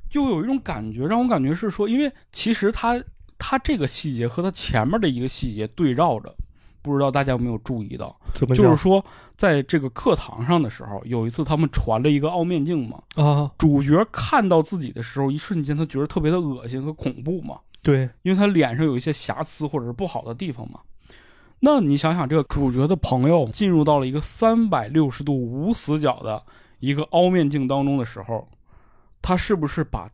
Speaker 2: 就有一种感觉，让我感觉是说，因为其实它它这个细节和它前面的一个细节对照着，不知道大家有没有注意到？
Speaker 3: 怎么
Speaker 2: 就
Speaker 3: 讲
Speaker 2: 是说，在这个课堂上的时候，有一次他们传了一个凹面镜嘛，
Speaker 3: 啊？
Speaker 2: 主角看到自己的时候，一瞬间他觉得特别的恶心和恐怖嘛。
Speaker 3: 对，
Speaker 2: 因为他脸上有一些瑕疵或者是不好的地方嘛。那你想想，这个主角的朋友进入到了一个三百六十度无死角的一个凹面镜当中的时候，他是不是把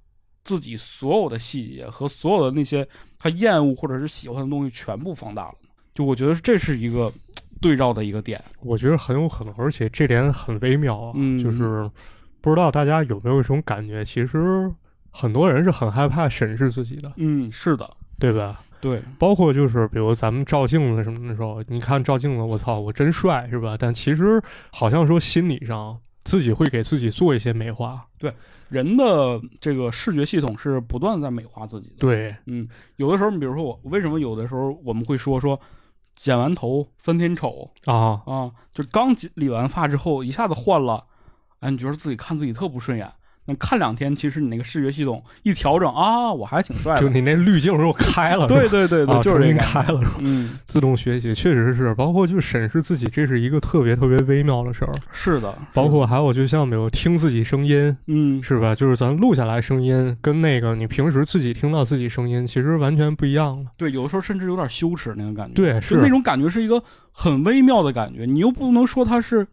Speaker 2: 自己所有的细节和所有的那些他厌恶或者是喜欢的东西全部放大了呢？就我觉得这是一个嘖对照的一个点。
Speaker 3: 我觉得很有可能，而且这点很微妙啊，
Speaker 2: 嗯
Speaker 3: 就是不知道大家有没有一种感觉，其实很多人是很害怕审视自己的，
Speaker 2: 嗯，是的，
Speaker 3: 对吧？
Speaker 2: 对，
Speaker 3: 包括就是比如咱们照镜子什么的时候，你看照镜子，我操，我真帅是吧？但其实好像说心理上自己会给自己做一些美化，
Speaker 2: 人的这个视觉系统是不断地在美化自己的。
Speaker 3: 对，
Speaker 2: 嗯，有的时候，比如说我为什么有的时候我们会说说剪完头三天丑
Speaker 3: 啊，
Speaker 2: 啊，就刚剪理完发之后一下子换了，哎，你觉得自己看自己特不顺眼，那看两天，其实你那个视觉系统一调整啊，我还挺帅
Speaker 3: 就
Speaker 2: 的。
Speaker 3: 你那滤镜又开了，
Speaker 2: 对
Speaker 3: 是吧，
Speaker 2: 对对对，
Speaker 3: 啊、
Speaker 2: 就是
Speaker 3: 重
Speaker 2: 这
Speaker 3: 新
Speaker 2: 个
Speaker 3: 开
Speaker 2: 感觉。
Speaker 3: 了，是吧
Speaker 2: 嗯，
Speaker 3: 自动学习确实是，包括就审视自己，这是一个特别特别微妙的事儿。
Speaker 2: 是的，
Speaker 3: 包
Speaker 2: 是的
Speaker 3: 括还有就像比如听自己声音，
Speaker 2: 嗯，
Speaker 3: 是吧？就是咱录下来声音跟那个你平时自己听到自己声音其实完全不一样了。
Speaker 2: 对，有的时候甚至有点羞耻那种感觉。
Speaker 3: 对，
Speaker 2: 就是那种感觉是一个很微妙的感觉，你又不能说它是，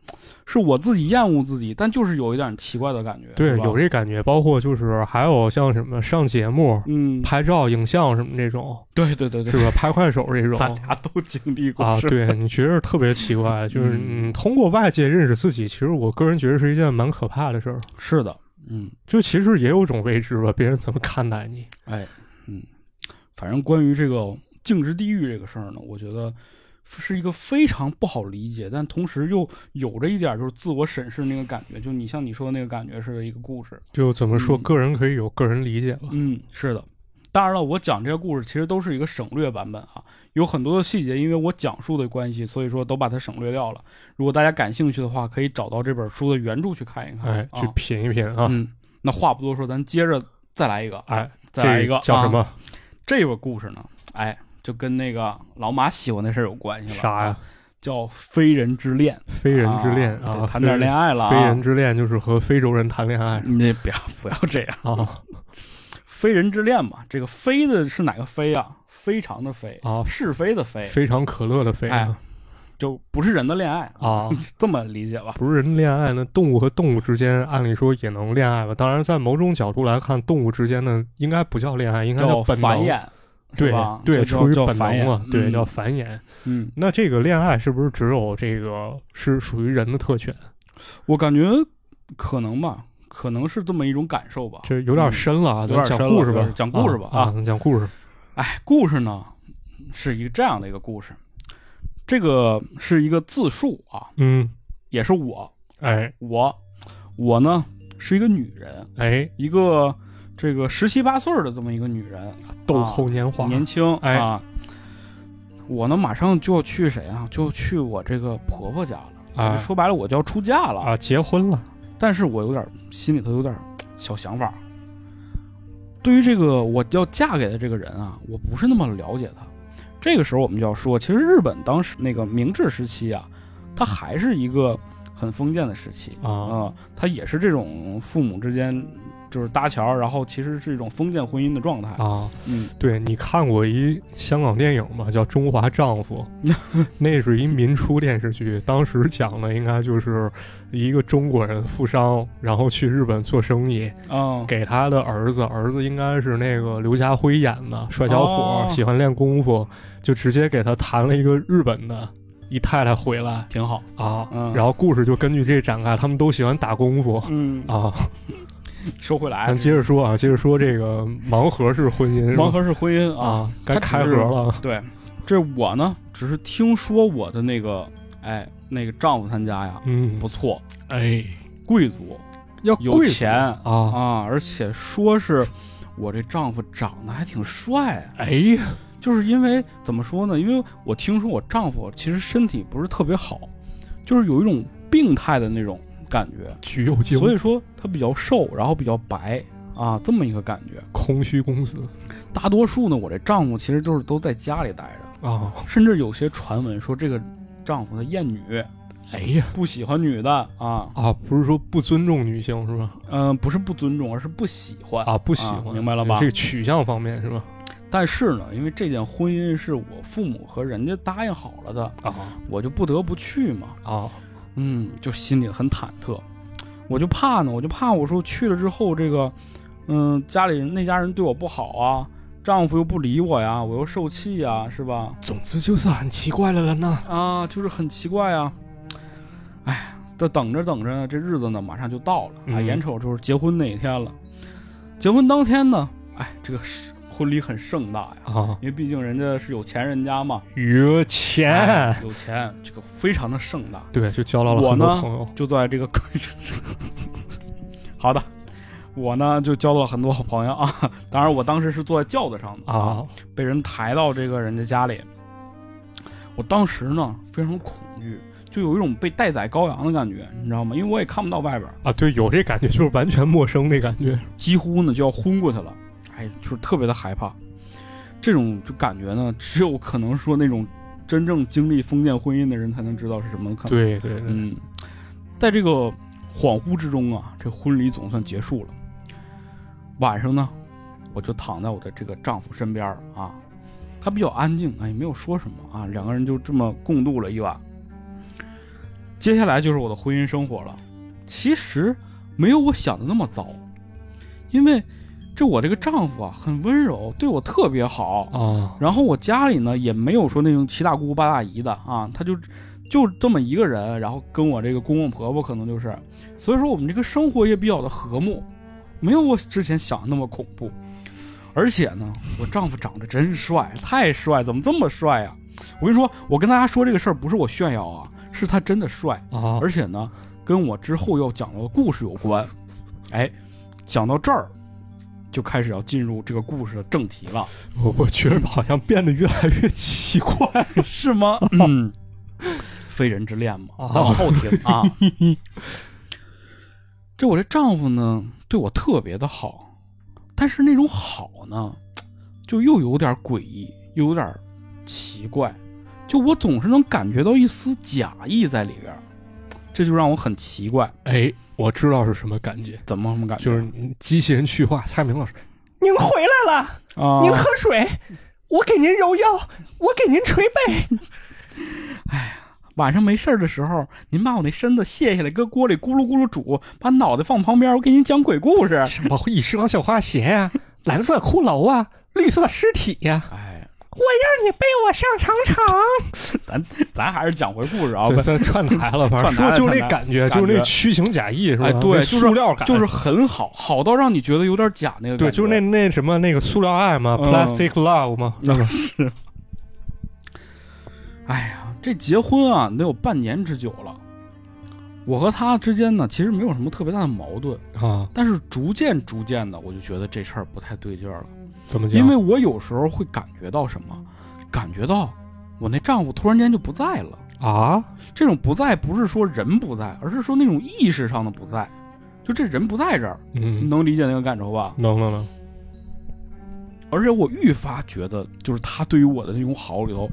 Speaker 2: 是我自己厌恶自己，但就是有一点奇怪的感觉。
Speaker 3: 对
Speaker 2: 是吧
Speaker 3: 有这感觉。包括就是还有像什么上节目、
Speaker 2: 嗯，
Speaker 3: 拍照、影像什么这种，
Speaker 2: 对对对对
Speaker 3: 是，吧？拍快手这种
Speaker 2: 咱俩都经历过
Speaker 3: 啊，
Speaker 2: 是吧
Speaker 3: 对，你觉得特别奇怪，就是
Speaker 2: 嗯
Speaker 3: 你通过外界认识自己，其实我个人觉得是一件蛮可怕的事儿。
Speaker 2: 是的，嗯，
Speaker 3: 就其实也有种未知吧，别人怎么看待你？
Speaker 2: 哎，嗯，反正关于这个净之地狱这个事儿呢，我觉得是一个非常不好理解，但同时又有着一点就是自我审视那个感觉，就你像你说的那个感觉似的一个故事。
Speaker 3: 就怎么说，
Speaker 2: 嗯
Speaker 3: 个人可以有个人理解吧。
Speaker 2: 嗯，是的。当然了，我讲这个故事其实都是一个省略版本啊，有很多的细节，因为我讲述的关系，所以说都把它省略掉了。如果大家感兴趣的话，可以找到这本书的原著去看一看。
Speaker 3: 哎，
Speaker 2: 啊
Speaker 3: 去品一品啊！
Speaker 2: 嗯，那话不多说，咱接着再来一个，
Speaker 3: 哎，
Speaker 2: 再来一个
Speaker 3: 这叫
Speaker 2: 啊
Speaker 3: 什么？
Speaker 2: 这个故事呢，哎，就跟那个老马喜欢的事儿有关系了。啊
Speaker 3: 啥呀？
Speaker 2: 叫《非人之恋》。
Speaker 3: 非人之恋
Speaker 2: 得
Speaker 3: 啊，
Speaker 2: 谈点恋
Speaker 3: 爱
Speaker 2: 爱了啊！
Speaker 3: 非人之恋就是和非洲人谈恋爱
Speaker 2: 你这不要不要这样。
Speaker 3: 啊
Speaker 2: 非人之恋嘛，这个“非”的是哪个“非”啊？非常的“非”，
Speaker 3: 啊，
Speaker 2: 是非的“非
Speaker 3: 非常可乐的非
Speaker 2: 哎
Speaker 3: 啊，”，
Speaker 2: 就不是人的恋爱
Speaker 3: 啊
Speaker 2: 这么理解吧？
Speaker 3: 不是人恋爱，那动物和动物之间，按理说也能恋爱吧？当然，在某种角度来看，动物之间呢，应该不叫恋爱，应该
Speaker 2: 叫
Speaker 3: 本
Speaker 2: 繁
Speaker 3: 能，
Speaker 2: 衍，是
Speaker 3: 对
Speaker 2: 吧
Speaker 3: 对，
Speaker 2: 这
Speaker 3: 出于
Speaker 2: 叫
Speaker 3: 本
Speaker 2: 繁
Speaker 3: 能
Speaker 2: 衍
Speaker 3: 嘛，对，
Speaker 2: 嗯
Speaker 3: 叫繁衍。
Speaker 2: 嗯，
Speaker 3: 那这个恋爱是不是只有这个是属于人的特权？
Speaker 2: 我感觉可能吧，可能是这么一种感受吧。
Speaker 3: 这有点深了啊，
Speaker 2: 嗯
Speaker 3: 咱讲故事
Speaker 2: 有点深
Speaker 3: 吧
Speaker 2: 了，讲故事吧
Speaker 3: 啊
Speaker 2: 啊，
Speaker 3: 咱讲故事。
Speaker 2: 哎，故事呢是一个这样的一个故事，这个是一个自述啊，
Speaker 3: 嗯，
Speaker 2: 也是我
Speaker 3: 哎
Speaker 2: 我我呢是一个女人，
Speaker 3: 哎，
Speaker 2: 一个这个十七八岁儿的这么一个女人，
Speaker 3: 豆蔻年华，
Speaker 2: 年轻
Speaker 3: 哎
Speaker 2: 啊。我呢马上就要去谁啊？就要去我这个婆婆家了。
Speaker 3: 啊
Speaker 2: 说白了，我就要出嫁了。
Speaker 3: 啊，结婚了，
Speaker 2: 但是我有点心里头有点小想法，对于这个我要嫁给的这个人啊，我不是那么了解他。这个时候我们就要说，其实日本当时那个明治时期啊，它还是一个很封建的时期啊、
Speaker 3: 啊
Speaker 2: 它也是这种父母之间就是搭桥，然后其实是一种封建婚姻的状态。
Speaker 3: 啊！
Speaker 2: 嗯，
Speaker 3: 对你看过一香港电影吗？叫《中华丈 夫》，那是一民初电视剧，当时讲的应该就是一个中国人富商，然后去日本做生意，
Speaker 2: 哦，
Speaker 3: 给他的儿子，儿子应该是那个刘家辉演的帅小伙，
Speaker 2: 哦
Speaker 3: 喜欢练功夫，就直接给他谈了一个日本的一太太回来
Speaker 2: 挺好。
Speaker 3: 啊，
Speaker 2: 嗯
Speaker 3: 然后故事就根据这展开，他们都喜欢打功夫。
Speaker 2: 嗯，
Speaker 3: 啊，
Speaker 2: 收回来
Speaker 3: 咱，接着说啊，接着说这个盲盒式婚姻，
Speaker 2: 盲盒是婚姻啊
Speaker 3: 啊，该开盒了
Speaker 2: 对，这我呢，只是听说我的那个，哎，那个丈夫他家呀
Speaker 3: 嗯
Speaker 2: 不，错，
Speaker 3: 哎，
Speaker 2: 贵族
Speaker 3: 要
Speaker 2: 有
Speaker 3: 贵族
Speaker 2: 钱
Speaker 3: 啊，
Speaker 2: 啊，而且说是我这丈夫长得还挺帅、啊，
Speaker 3: 哎呀，
Speaker 2: 就是因为怎么说呢？因为我听说我丈夫其实身体不是特别好，就是有一种病态的那种感觉，
Speaker 3: 橘右京，
Speaker 2: 所以说他比较瘦，然后比较白啊，这么一个感觉。
Speaker 3: 空虚公子
Speaker 2: 大多数呢，我这丈夫其实都是都在家里待着。
Speaker 3: 啊，
Speaker 2: 甚至有些传闻说这个丈夫他厌女，
Speaker 3: 哎呀
Speaker 2: 不喜欢女的啊，
Speaker 3: 啊，不是说不尊重女性是吧？
Speaker 2: 嗯、不是不尊重，而是不喜欢。
Speaker 3: 啊，不喜
Speaker 2: 啊
Speaker 3: 欢，
Speaker 2: 明白了吧
Speaker 3: 这个取向方面是吧？
Speaker 2: 但是呢，因为这件婚姻是我父母和人家答应好了的，
Speaker 3: 啊
Speaker 2: 我就不得不去嘛。
Speaker 3: 啊，
Speaker 2: 嗯，就心里很忐忑，我就怕呢，我就怕我说去了之后，这个，嗯，家里人那家人对我不好啊，丈夫又不理我呀，我又受气呀，是吧？
Speaker 3: 总之就是很奇怪的人呐。
Speaker 2: 啊，就是很奇怪啊。哎，这等着等着，这日子呢马上就到了啊，
Speaker 3: 嗯
Speaker 2: 眼瞅就是结婚那一天了。结婚当天呢，哎，这个是婚礼很盛大呀，
Speaker 3: 啊，
Speaker 2: 因为毕竟人家是有钱人家嘛，
Speaker 3: 有钱、
Speaker 2: 哎、有钱，这个非常的盛大。
Speaker 3: 对，就交到了很
Speaker 2: 我
Speaker 3: 多
Speaker 2: 呢
Speaker 3: 朋友。
Speaker 2: 就在这个， 好的，我呢就交到了很多好朋友啊。当然，我当时是坐在轿子上的，
Speaker 3: 啊，
Speaker 2: 被人抬到这个人家家里。我当时呢非常恐惧，就有一种被待宰羔羊的感觉，你知道吗？因为我也看不到外边，
Speaker 3: 啊，对，有这感觉，就是完全陌生的感觉。
Speaker 2: 几乎呢就要昏过去了，哎，就是特别的害怕。这种就感觉呢，只有可能说那种真正经历封建婚姻的人才能知道是什么感觉。
Speaker 3: 对对对，
Speaker 2: 嗯，在这个恍惚之中啊，这婚礼总算结束了。晚上呢，我就躺在我的这个丈夫身边儿啊，他比较安静，哎，没有说什么啊，两个人就这么共度了一晚。接下来就是我的婚姻生活了，其实没有我想的那么糟，因为这我这个丈夫啊很温柔，对我特别好，
Speaker 3: 啊
Speaker 2: 然后我家里呢也没有说那种七大姑八大姨的啊，他就就这么一个人，然后跟我这个公公婆婆可能就是，所以说我们这个生活也比较的和睦，没有我之前想的那么恐怖。而且呢，我丈夫长得真帅，太帅，怎么这么帅呀、我跟你说，我跟大家说这个事儿不是我炫耀啊，是他真的帅，
Speaker 3: 啊，
Speaker 2: 而且呢，跟我之后要讲的故事有关。哎，讲到这儿，就开始要进入这个故事的正题了。
Speaker 3: 我我觉得好像变得越来越奇怪。
Speaker 2: 是吗？嗯，非人之恋嘛，
Speaker 3: 啊
Speaker 2: 咱往后听 啊。这我这丈夫呢，对我特别的好，但是那种好呢，就又有点诡异，又有点奇怪，就我总是能感觉到一丝假意在里边儿，这就让我很奇怪，
Speaker 3: 哎，我知道是什么感觉，
Speaker 2: 怎么什么感觉？
Speaker 3: 就是机器人去化，蔡明老师，
Speaker 4: 您回来了，
Speaker 2: 啊，
Speaker 4: 您喝水，我给您揉腰，我给您捶背。
Speaker 2: 晚上没事儿的时候，您把我那身子卸下来，搁锅里咕噜咕噜煮，把脑袋放旁边，我给您讲鬼故事。
Speaker 3: 啊
Speaker 4: 什么一双小花鞋呀、蓝色骷髅啊，绿色尸体呀、
Speaker 2: 哎，
Speaker 4: 让你背我上长城。
Speaker 2: 咱还是讲回故事啊，
Speaker 3: 这这串台了，反正
Speaker 2: 串
Speaker 3: 说
Speaker 2: 台了
Speaker 3: 就那
Speaker 2: 串台
Speaker 3: 感觉，
Speaker 2: 感
Speaker 3: 就是那
Speaker 2: 觉
Speaker 3: 虚情假意是吧？
Speaker 2: 哎对
Speaker 3: 那
Speaker 2: 就是
Speaker 3: 塑料感，
Speaker 2: 就是很好，好到让你觉得有点假那个
Speaker 3: 对，
Speaker 2: 感觉。
Speaker 3: 就是那那什么那个塑料爱嘛
Speaker 2: 嗯
Speaker 3: ，plastic love 嘛，
Speaker 2: 那个是。哎呀，这结婚啊，得有半年之久了。我和他之间呢，其实没有什么特别大的矛盾，
Speaker 3: 啊，
Speaker 2: 但是逐渐逐渐的，我就觉得这事儿不太对劲儿了。
Speaker 3: 怎么讲？
Speaker 2: 因为我有时候会感觉到什么，感觉到我那丈夫突然间就不在了。
Speaker 3: 啊，
Speaker 2: 这种不在不是说人不在，而是说那种意识上的不在，就这人不在这儿，
Speaker 3: 嗯，
Speaker 2: 能理解那个感受吧？
Speaker 3: 能能能，
Speaker 2: 而且我愈发觉得，就是他对于我的那种好里头，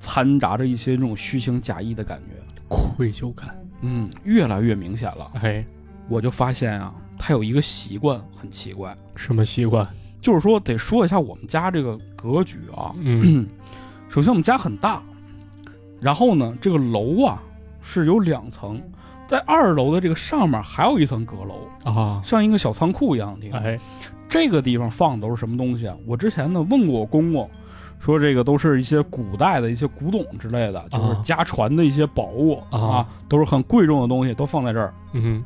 Speaker 2: 掺杂着一些那种虚情假意的感觉，
Speaker 3: 愧疚感，
Speaker 2: 嗯，越来越明显了。
Speaker 3: 哎，
Speaker 2: 我就发现啊，他有一个习惯很奇怪，
Speaker 3: 什么习惯？
Speaker 2: 就是说得说一下我们家这个格局啊。
Speaker 3: 嗯
Speaker 2: 首先我们家很大，然后呢，这个楼啊是有两层，在二楼的这个上面还有一层阁楼，
Speaker 3: 啊，
Speaker 2: 像一个小仓库一样的地方。
Speaker 3: 哎，
Speaker 2: 这个地方放的都是什么东西啊？我之前呢问过我公公，说这个都是一些古代的一些古董之类的，就是家传的一些宝物
Speaker 3: 啊
Speaker 2: 都是很贵重的东西，都放在这儿。
Speaker 3: 嗯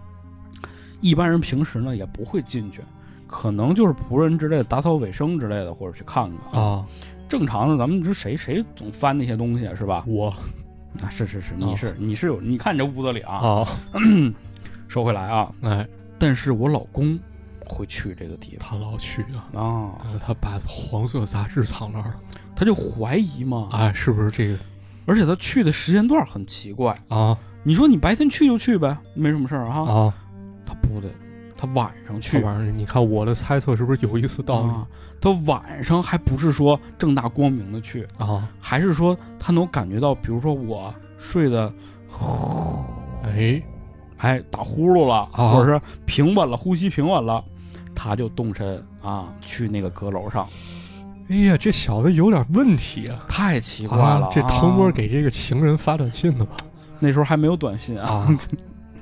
Speaker 2: 一般人平时呢也不会进去，可能就是仆人之类的打扫卫生之类的，或者去看看。
Speaker 3: 啊，
Speaker 2: 正常的，咱们这谁谁总翻那些东西是吧？
Speaker 3: 我
Speaker 2: 啊，是是是，
Speaker 3: 啊
Speaker 2: 你是、你是有，你看你这屋子里啊，
Speaker 3: 啊，
Speaker 2: 收回来啊。
Speaker 3: 哎，
Speaker 2: 但是我老公会去这个地
Speaker 3: 他老去啊，
Speaker 2: 方啊，
Speaker 3: 啊他把黄色杂志藏那儿了，
Speaker 2: 他就怀疑嘛，
Speaker 3: 哎，是不是这个
Speaker 2: 而且他去的时间段很奇怪。
Speaker 3: 啊
Speaker 2: 你说你白天去就去呗，没什么事儿哈。
Speaker 3: 啊？
Speaker 2: 他不对，他晚上
Speaker 3: 这
Speaker 2: 去
Speaker 3: 玩意儿，你看我的猜测是不是有一丝道理
Speaker 2: 啊，他晚上还不是说正大光明的去，
Speaker 3: 啊？
Speaker 2: 还是说他能感觉到，比如说我睡的，
Speaker 3: 哎，
Speaker 2: 哎，打呼噜了，
Speaker 3: 啊
Speaker 2: 或者是平稳了，呼吸平稳了，他就动身啊，去那个阁楼上，
Speaker 3: 哎呀，这小子有点问题啊！
Speaker 2: 太奇怪了。
Speaker 3: 啊这偷摸
Speaker 2: 啊
Speaker 3: 给这个情人发短信的吧？
Speaker 2: 那时候还没有短信啊，
Speaker 3: 啊，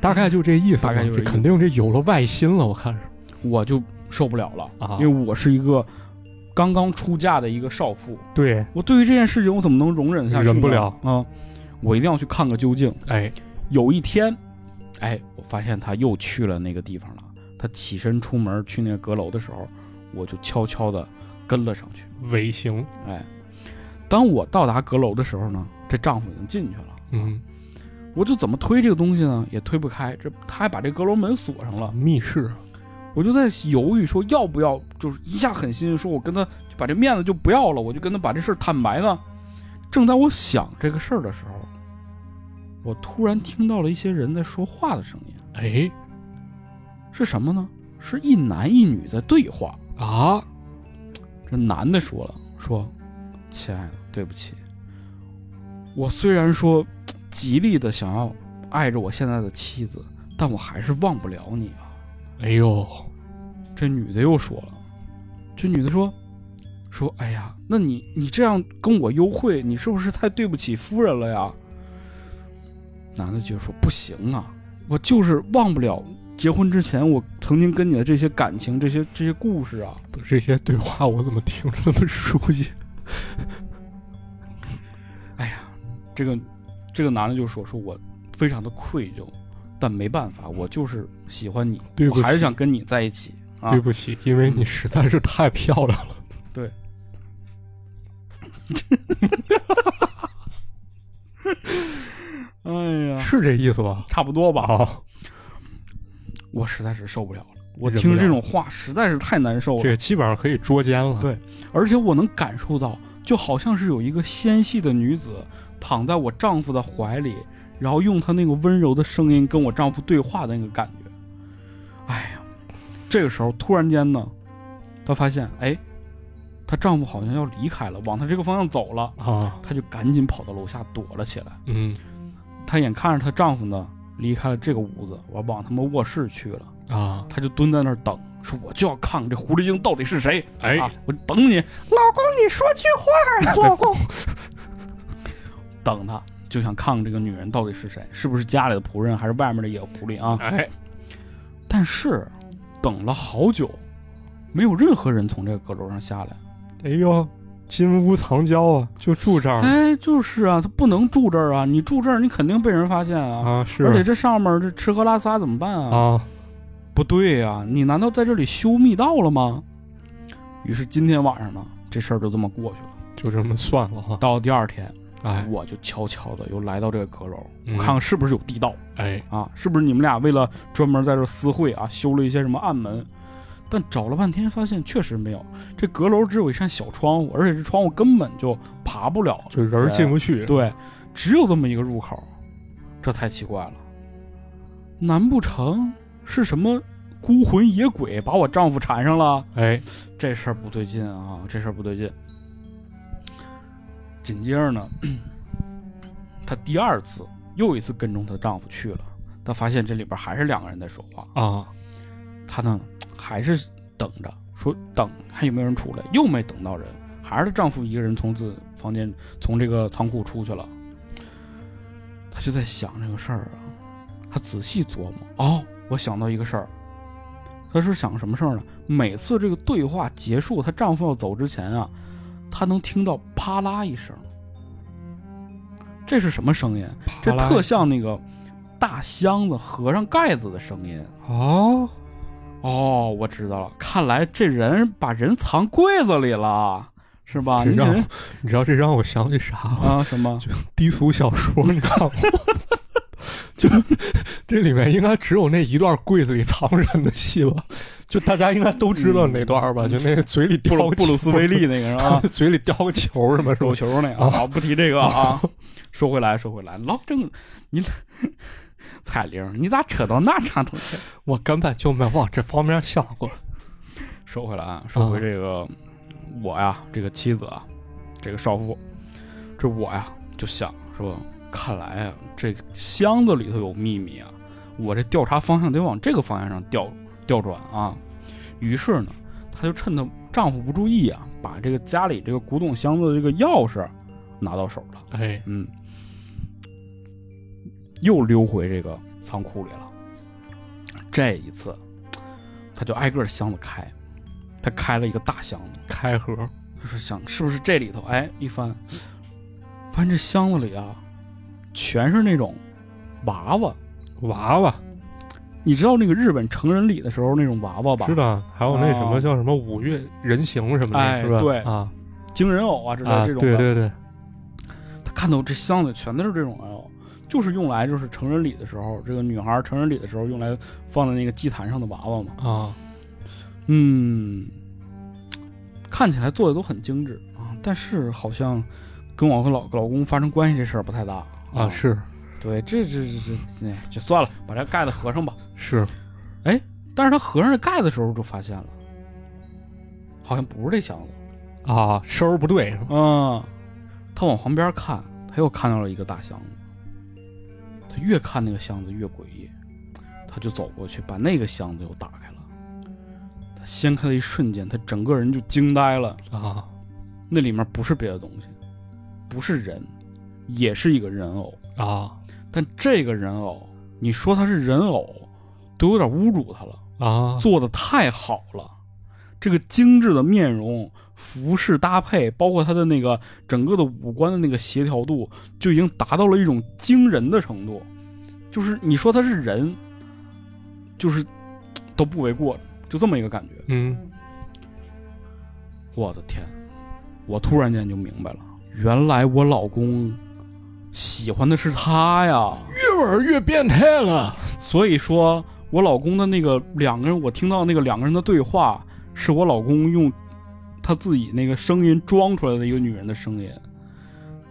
Speaker 3: 大概就这意思吧。啊
Speaker 2: 大概就
Speaker 3: 这
Speaker 2: 这意思
Speaker 3: 肯定这有了外心了，我看是
Speaker 2: 我就受不了了，
Speaker 3: 啊
Speaker 2: 因为我是一个刚刚出嫁的一个少妇。
Speaker 3: 对，
Speaker 2: 我对于这件事情，我怎么能容忍下去呢？
Speaker 3: 忍不了
Speaker 2: 啊！我一定要去看个究竟。
Speaker 3: 哎，
Speaker 2: 有一天，哎，我发现他又去了那个地方了。他起身出门去那个阁楼的时候，我就悄悄的跟了上去。
Speaker 3: 尾行，
Speaker 2: 哎，当我到达阁楼的时候呢，这丈夫已经进去了。
Speaker 3: 嗯，
Speaker 2: 我就怎么推这个东西呢，也推不开。这他还把这阁楼门锁上了。
Speaker 3: 密室，
Speaker 2: 我就在犹豫，说要不要，就是一下狠心，说我跟他就把这面子就不要了，我就跟他把这事儿坦白呢。正在我想这个事儿的时候，我突然听到了一些人在说话的声音，
Speaker 3: 哎
Speaker 2: 是什么呢？是一男一女在对话。
Speaker 3: 啊，
Speaker 2: 这男的说了，说：“亲爱的，对不起，我虽然说极力的想要爱着我现在的妻子，但我还是忘不了你啊。”
Speaker 3: 哎呦，
Speaker 2: 这女的又说了，这女的说，说，哎呀，那你你这样跟我幽会，你是不是太对不起夫人了呀？男的就说不行啊，我就是忘不了结婚之前我曾经跟你的这些感情，这些这些故事啊。
Speaker 3: 这些对话我怎么听着那么熟悉？
Speaker 2: 哎呀，这个这个男的就说，说我非常的愧疚，但没办法，我就是喜欢你，
Speaker 3: 对不起
Speaker 2: 我还是想跟你在一起啊
Speaker 3: 对。不起，因为你实在是太漂亮了。
Speaker 2: 对。哎呀，
Speaker 3: 是这意思吧？
Speaker 2: 差不多吧。
Speaker 3: 啊，
Speaker 2: 我实在是受不了了，我
Speaker 3: 忍不
Speaker 2: 听着这
Speaker 3: 了
Speaker 2: 种话实在是太难受了，
Speaker 3: 这基本上可以捉奸了。
Speaker 2: 对而且我能感受到，就好像是有一个纤细的女子躺在我丈夫的怀里，然后用她那个温柔的声音跟我丈夫对话的那个感觉。哎呀，这个时候突然间呢，她发现，哎，她丈夫好像要离开了，往她这个方向走了，
Speaker 3: 啊，
Speaker 2: 她就赶紧跑到楼下躲了起来。
Speaker 3: 嗯
Speaker 2: 她眼看着她丈夫呢离开了这个屋子，我往他们卧室去了。
Speaker 3: 啊，
Speaker 2: 她就蹲在那儿等，说我就要看看这狐狸精到底是谁。
Speaker 3: 哎
Speaker 2: 啊，我等你，
Speaker 4: 老公，你说句话，老公。
Speaker 2: 等她，就想看看这个女人到底是谁，是不是家里的仆人，还是外面的野狐狸啊？
Speaker 3: 哎，
Speaker 2: 但是等了好久，没有任何人从这个阁楼上下来。
Speaker 3: 哎呦，金屋藏娇啊，就住这儿、
Speaker 2: 哎，就是啊，他不能住这儿啊，你住这儿你肯定被人发现啊，
Speaker 3: 啊，是
Speaker 2: 而且这上面这吃喝拉撒怎么办啊？
Speaker 3: 啊，
Speaker 2: 不对呀、你难道在这里修密道了吗？于是今天晚上呢，这事儿就这么过去了。
Speaker 3: 就这么算了哈。
Speaker 2: 到第二天，
Speaker 3: 哎，
Speaker 2: 啊我就悄悄的又来到这个阁楼，
Speaker 3: 嗯
Speaker 2: 我看看是不是有地道
Speaker 3: 哎，
Speaker 2: 啊，是不是你们俩为了专门在这儿私会啊，修了一些什么暗门？但找了半天，发现确实没有。这阁楼只有一扇小窗户，而且这窗户根本就爬不了，
Speaker 3: 就人儿进不去。
Speaker 2: 对，只有这么一个入口，这太奇怪了。难不成是什么孤魂野鬼把我丈夫缠上了？
Speaker 3: 哎，
Speaker 2: 这事儿不对劲啊，这事儿不对劲。紧接着呢，她第二次又一次跟踪她丈夫去了，她发现这里边还是两个人在说话，
Speaker 3: 啊，
Speaker 2: 她呢还是等着，说等看有没有人出来，又没等到人，还是她丈夫一个人从自房间从这个仓库出去了。她就在想这个事儿啊，她仔细琢磨，哦，我想到一个事儿。她是想什么事儿呢？每次这个对话结束，她丈夫要走之前啊，她能听到啪啦一声，这是什么声音？这
Speaker 3: 啪啦
Speaker 2: 特像那个大箱子合上盖子的声音。
Speaker 3: 哦，
Speaker 2: 哦，我知道了，看来这人把人藏柜子里了，是吧？
Speaker 3: 这
Speaker 2: 你
Speaker 3: 让
Speaker 2: 人
Speaker 3: 你知道这让我想起啥吗？
Speaker 2: 啊 什么？
Speaker 3: 低俗小说，你看过吗？ 就这里面应该只有那一段柜子里藏人的戏吧？就大家应该都知道那段吧？就那个嘴里
Speaker 2: 嗯布
Speaker 3: 叼
Speaker 2: 鲁
Speaker 3: 个
Speaker 2: 布鲁斯威利
Speaker 3: 球，
Speaker 2: 那个是 吧？
Speaker 3: 嘴里叼个球什么什
Speaker 2: 手
Speaker 3: 么？
Speaker 2: 球那
Speaker 3: 哦
Speaker 2: 个啊，不提这个啊。说回来，说回来，老郑，你 彩玲，你咋扯到那上头去了？
Speaker 3: 我根本就没往这方面想过。
Speaker 2: 说回来啊，说回这个、我呀，这个妻子啊，这个少妇，这我呀就想说，看来啊，这个箱子里头有秘密啊，我这调查方向得往这个方向上调调转啊。于是呢，她就趁她丈夫不注意啊，把这个家里这个古董箱子的这个钥匙拿到手了，
Speaker 3: 哎，
Speaker 2: 嗯，又溜回这个仓库里了。这一次，他就挨个箱子开，他开了一个大箱子，
Speaker 3: 开盒，
Speaker 2: 他说想是不是这里头？哎，一翻，发现这箱子里啊，全是那种娃娃。
Speaker 3: 娃娃
Speaker 2: 你知道那个日本成人礼的时候那种娃娃吧
Speaker 3: 知？道，还有那什
Speaker 2: 哦
Speaker 3: 么叫什么五月人形什么
Speaker 2: 哎
Speaker 3: 的，是吧？
Speaker 2: 对
Speaker 3: 啊
Speaker 2: 惊人偶啊之类
Speaker 3: 啊，
Speaker 2: 的这种
Speaker 3: 对
Speaker 2: 的。
Speaker 3: 对对，
Speaker 2: 他看到这箱子全都是这种玩意儿，就是用来就是成人礼的时候，这个女孩儿成人礼的时候用来放在那个祭坛上的娃娃嘛。
Speaker 3: 啊，
Speaker 2: 嗯，看起来做的都很精致啊，但是好像跟我和老老公发生关系这事儿不太大嗯
Speaker 3: 啊，是
Speaker 2: 对，这这这这，哎就算了，把这盖子合上吧。
Speaker 3: 是，
Speaker 2: 但是他合上这盖子的时候就发现了，好像不是这箱子。
Speaker 3: 啊，收拾不对，
Speaker 2: 嗯，他往旁边看，他又看到了一个大箱子。他越看那个箱子越诡异，他就走过去把那个箱子又打开了。他掀开的一瞬间，他整个人就惊呆了。
Speaker 3: 啊，
Speaker 2: 那里面不是别的东西，不是人，也是一个人偶。
Speaker 3: 啊
Speaker 2: 但这个人偶，你说他是人偶，都有点侮辱他了。
Speaker 3: 啊，
Speaker 2: 做的太好了，这个精致的面容、服饰搭配，包括他的那个整个的五官的那个协调度，就已经达到了一种惊人的程度。就是你说他是人，就是嘖都不为过，就这么一个感觉。
Speaker 3: 嗯，
Speaker 2: 我的天！我突然间就明白了，原来我老公喜欢的是她呀。
Speaker 3: 越玩越变态了。
Speaker 2: 所以说我老公的那个两个人，我听到那个两个人的对话，是我老公用他自己那个声音装出来的一个女人的声音。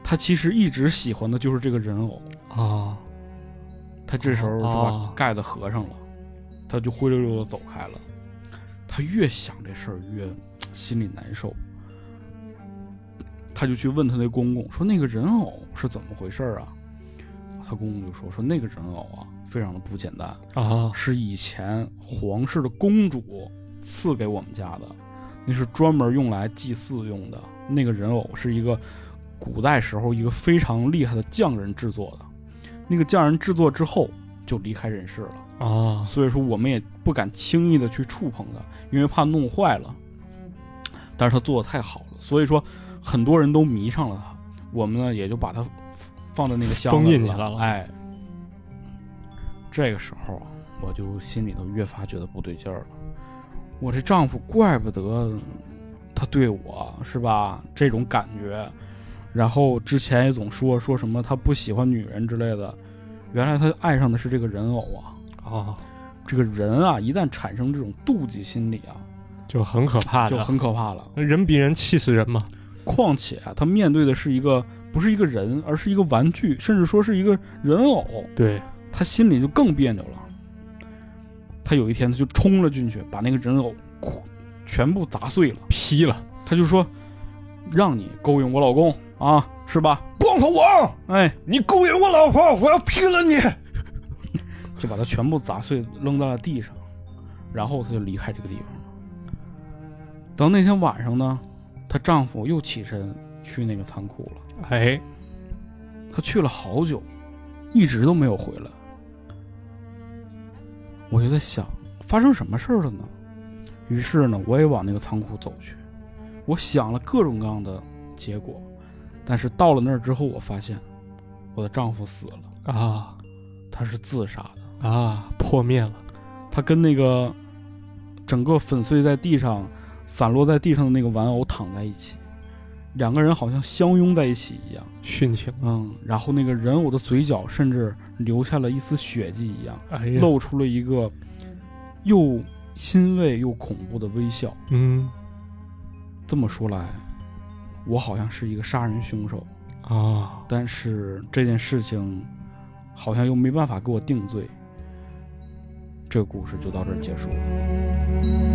Speaker 2: 他其实一直喜欢的就是这个人偶。
Speaker 3: 啊，
Speaker 2: 他这时候就把
Speaker 3: 哦
Speaker 2: 盖子合上了，他就灰溜溜的走开了。他越想这事儿越心里难受，他就去问他那公公说：“那个人偶是怎么回事儿啊？”他公公就说：“说那个人偶啊，非常的不简单。”
Speaker 3: 啊
Speaker 2: 是以前皇室的公主赐给我们家的，那是专门用来祭祀用的。那个人偶是一个古代时候一个非常厉害的匠人制作的，那个匠人制作之后就离开人世了。
Speaker 3: 啊
Speaker 2: 所以说我们也不敢轻易的去触碰它，因为怕弄坏了。但是他做的太好了，所以说很多人都迷上了它。我们呢也就把它放在那个箱子
Speaker 3: 封
Speaker 2: 里
Speaker 3: 印起来了
Speaker 2: 哎，这个时候啊我就心里头越发觉得不对劲儿了。我这丈夫怪不得他对我是吧这种感觉，然后之前也总说说什么他不喜欢女人之类的，原来他爱上的是这个人偶啊。
Speaker 3: 啊，
Speaker 2: 这个人啊，一旦产生这种妒忌心理啊，
Speaker 3: 就很可怕
Speaker 2: 就
Speaker 3: 的。
Speaker 2: 很可怕了。
Speaker 3: 人比人气死人嘛，
Speaker 2: 况且啊他面对的是一个不是一个人，而是一个玩具，甚至说是一个人偶，
Speaker 3: 对，
Speaker 2: 他心里就更别扭了。他有一天他就冲了进去，把那个人偶哐全部砸碎了。
Speaker 3: 劈了，
Speaker 2: 他就说：“让你勾引我老公啊，是吧
Speaker 4: 光头王，？”
Speaker 2: 哎，
Speaker 4: 你勾引我老婆，我要劈了你！
Speaker 2: 就把它全部砸碎，扔在了地上，然后她就离开这个地方了。等那天晚上呢，她丈夫又起身去那个仓库了。
Speaker 3: 哎，
Speaker 2: 她去了好久，一直都没有回来。我就在想，发生什么事儿了呢？于是呢，我也往那个仓库走去。我想了各种各样的结果，但是到了那儿之后，我发现我的丈夫死了，
Speaker 3: 啊
Speaker 2: 他是自杀的。
Speaker 3: 啊，破灭了，
Speaker 2: 他跟那个整个粉碎在地上、散落在地上的那个玩偶躺在一起，两个人好像相拥在一起一样。
Speaker 3: 殉情，
Speaker 2: 嗯，然后那个人偶的嘴角甚至留下了一丝血迹一样，
Speaker 3: 哎呀，
Speaker 2: 露出了一个又欣慰又恐怖的微笑。
Speaker 3: 嗯
Speaker 2: 这么说来，我好像是一个杀人凶手，
Speaker 3: 啊，
Speaker 2: 但是这件事情好像又没办法给我定罪。这个故事就到这儿结束了。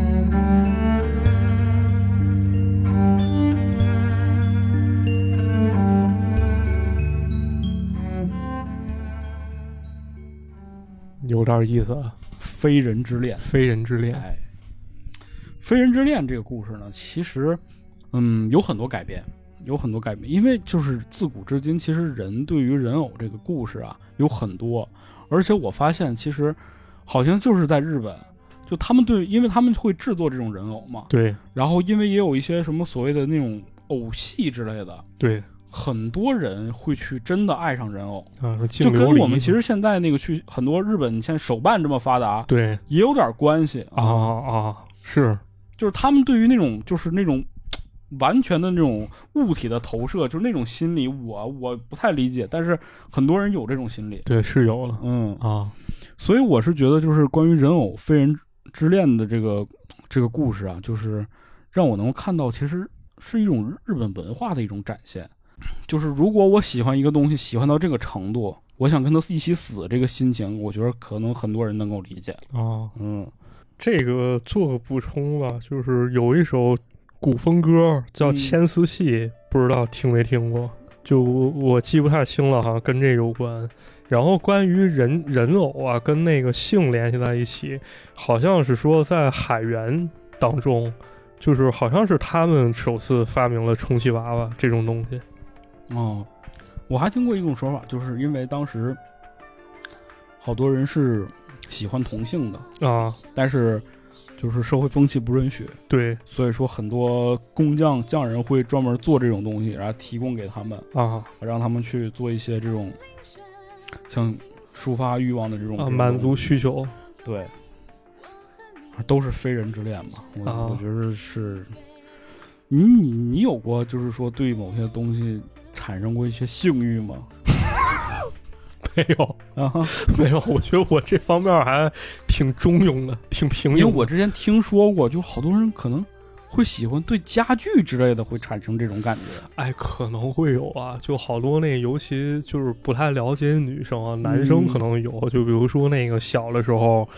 Speaker 3: 有点意思，啊，
Speaker 2: 非人之恋。
Speaker 3: 非人之恋，
Speaker 2: 哎，非人之恋这个故事呢，其实，嗯，有很多改变，有很多改变，因为就是自古至今，其实人对于人偶这个故事啊，有很多，而且我发现，其实好像就是在日本，就他们对，因为他们会制作这种人偶嘛，
Speaker 3: 对
Speaker 2: 然后因为也有一些什么所谓的那种偶戏之类的，
Speaker 3: 对，
Speaker 2: 很多人会去真的爱上人偶，
Speaker 3: 啊，说
Speaker 2: 就
Speaker 3: 净
Speaker 2: 跟
Speaker 3: 琉璃
Speaker 2: 我们其实现在那个去很多日本，你现在手办这么发达，
Speaker 3: 对
Speaker 2: 也有点关系
Speaker 3: 啊啊是
Speaker 2: 就是他们对于那种就是那种完全的那种物体的投射，就是那种心理，我我不太理解，但是很多人有这种心理，
Speaker 3: 对是有了
Speaker 2: 嗯，
Speaker 3: 啊，
Speaker 2: 所以我是觉得就是关于人偶非人之恋的这个这个故事啊，就是让我能够看到，其实是一种日本文化的一种展现，就是如果我喜欢一个东西，喜欢到这个程度。我想跟他一起死，这个心情，我觉得可能很多人能够理解。
Speaker 3: 哦，
Speaker 2: 嗯，
Speaker 3: 这个做个补充吧，就是有一首古风歌叫《
Speaker 2: 嗯
Speaker 3: 牵丝戏》，不知道听没听过？就我我记不太清了哈，跟这有关。然后关于人人偶啊，跟那个性联系在一起，好像是说在海员当中，就是好像是他们首次发明了充气娃娃这种东西。
Speaker 2: 哦，我还听过一种说法，就是因为当时好多人是喜欢同性的，
Speaker 3: 啊，
Speaker 2: 但是就是社会风气不允许，
Speaker 3: 对
Speaker 2: 所以说很多工匠匠人会专门做这种东西，然后提供给他们，
Speaker 3: 啊
Speaker 2: 让他们去做一些这种像抒发欲望的这种
Speaker 3: 啊，
Speaker 2: 这种
Speaker 3: 满足
Speaker 2: 东西
Speaker 3: 需求
Speaker 2: 对，都是非人之恋嘛，我、
Speaker 3: 啊
Speaker 2: 我觉得是。你你你有过就是说对某些东西产生过一些性欲吗？
Speaker 3: 没有
Speaker 2: 啊哈，
Speaker 3: 没有，我觉得我这方面还挺中庸的，挺平
Speaker 2: 因
Speaker 3: 庸的。
Speaker 2: 为我之前听说过，就好多人可能会喜欢对家具之类的会产生这种感觉，
Speaker 3: 哎，可能会有啊，就好多那，尤其就是不太了解女生啊，男
Speaker 2: 嗯
Speaker 3: 生可能有，就比如说那个小的时候，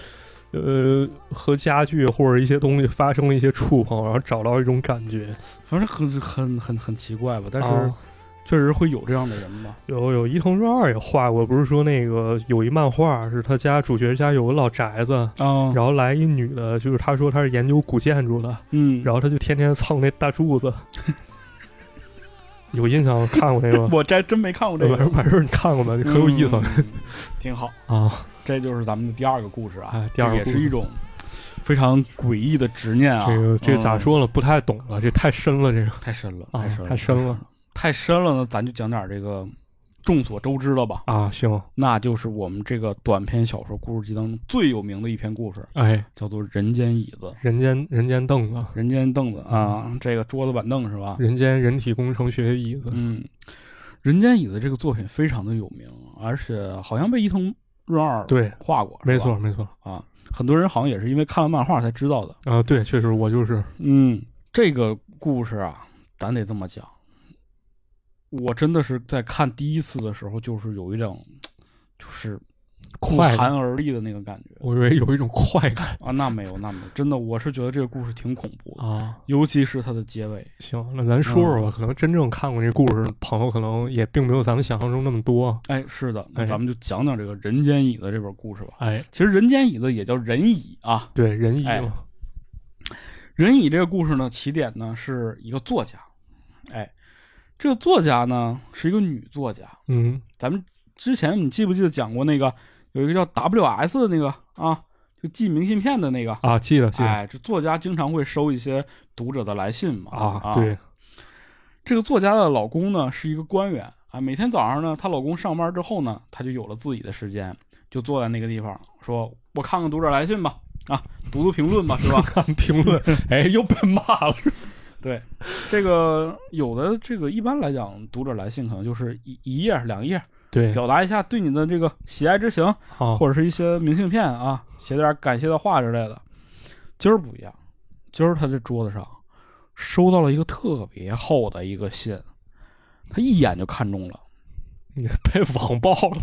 Speaker 3: 呃，和家具或者一些东西发生了一些触碰，然后找到一种感觉。
Speaker 2: 反正很很很很奇怪吧，但是
Speaker 3: 啊
Speaker 2: 确实会有这样的人吧。
Speaker 3: 有有伊藤润二也画过，不是说那个有一漫画是他家主角家有个老宅子，
Speaker 2: 啊，
Speaker 3: 然后来一女的，就是他说他是研究古建筑的，
Speaker 2: 嗯，？
Speaker 3: 然后他就天天蹭那大柱子。 有印象看过那个
Speaker 2: 我这还 真没看过这
Speaker 3: 完事儿
Speaker 2: 个，
Speaker 3: 完事儿你看过吗？可嗯有意思了
Speaker 2: 嗯，挺好。
Speaker 3: 啊！
Speaker 2: 这就是咱们的第二个故事啊，
Speaker 3: 哎第二个
Speaker 2: 这也
Speaker 3: 故
Speaker 2: 是
Speaker 3: 事
Speaker 2: 一种非常诡异的执念啊。
Speaker 3: 这个这咋
Speaker 2: 嗯
Speaker 3: 说呢？不太懂了，这太深了，这个
Speaker 2: 太深了，
Speaker 3: 啊
Speaker 2: 太深了，
Speaker 3: 太深了，
Speaker 2: 太深了呢。咱就讲点这个众所周知的吧，
Speaker 3: 啊，行，
Speaker 2: 那就是我们这个短篇小说《故事集》当中最有名的一篇故事，
Speaker 3: 哎，
Speaker 2: 叫做《人间椅子》。
Speaker 3: 人间人间凳子，
Speaker 2: 人间凳子啊，这个桌子板凳是吧？
Speaker 3: 人间人体工程学啊椅子，
Speaker 2: 啊嗯，人间椅子这个作品非常的有名，而且好像被伊藤润二
Speaker 3: 对，
Speaker 2: 画过，是吧
Speaker 3: 没错没错
Speaker 2: 啊。很多人好像也是因为看了漫画才知道的。
Speaker 3: 啊，对，确实我就是
Speaker 2: 嗯，这个故事啊，咱得这么讲，我真的是在看第一次的时候，就是有一种就是不
Speaker 3: 快
Speaker 2: 寒而栗的那个感觉
Speaker 3: 我以为有一种快感
Speaker 2: 啊。那没有，那没有，真的，我是觉得这个故事挺恐怖的，
Speaker 3: 啊。
Speaker 2: 尤其是它的结尾。
Speaker 3: 行，那咱说
Speaker 2: 嗯
Speaker 3: 说吧，可能真正看过这故事的朋友，可能也并没有咱们想象中那么多。
Speaker 2: 哎，是的，那
Speaker 3: 哎
Speaker 2: 咱们就讲讲这个《人间椅子》这本故事吧。
Speaker 3: 哎，
Speaker 2: 其实《人间椅子》也叫人椅啊，
Speaker 3: 对，人椅
Speaker 2: 哎
Speaker 3: 嘛，
Speaker 2: 人乙这个故事呢，起点呢是一个作家，哎，这个作家呢是一个女作家。
Speaker 3: 嗯，
Speaker 2: 咱们之前你记不记得讲过那个有一个叫 WS 的那个啊，就寄明信片的那个？
Speaker 3: 啊，记得记得
Speaker 2: 哎，这作家经常会收一些读者的来信嘛。
Speaker 3: 啊，对，
Speaker 2: 这个作家的老公呢是一个官员啊，每天早上呢，她老公上班之后呢，她就有了自己的时间，就坐在那个地方说：“我看看读者来信吧，啊，读读评论吧，是吧？”
Speaker 3: 看评 论，哎，又被骂了。
Speaker 2: 对，这个有的这个一般来讲，读者来信可能就是一一页两页，
Speaker 3: 对，
Speaker 2: 表达一下对你的这个喜爱之情，
Speaker 3: 啊，
Speaker 2: 或者是一些明信片啊，写点感谢的话之类的。今儿不一样，今儿他这桌子上收到了一个特别厚的一个信，他一眼就看中了，
Speaker 3: 你被网暴了。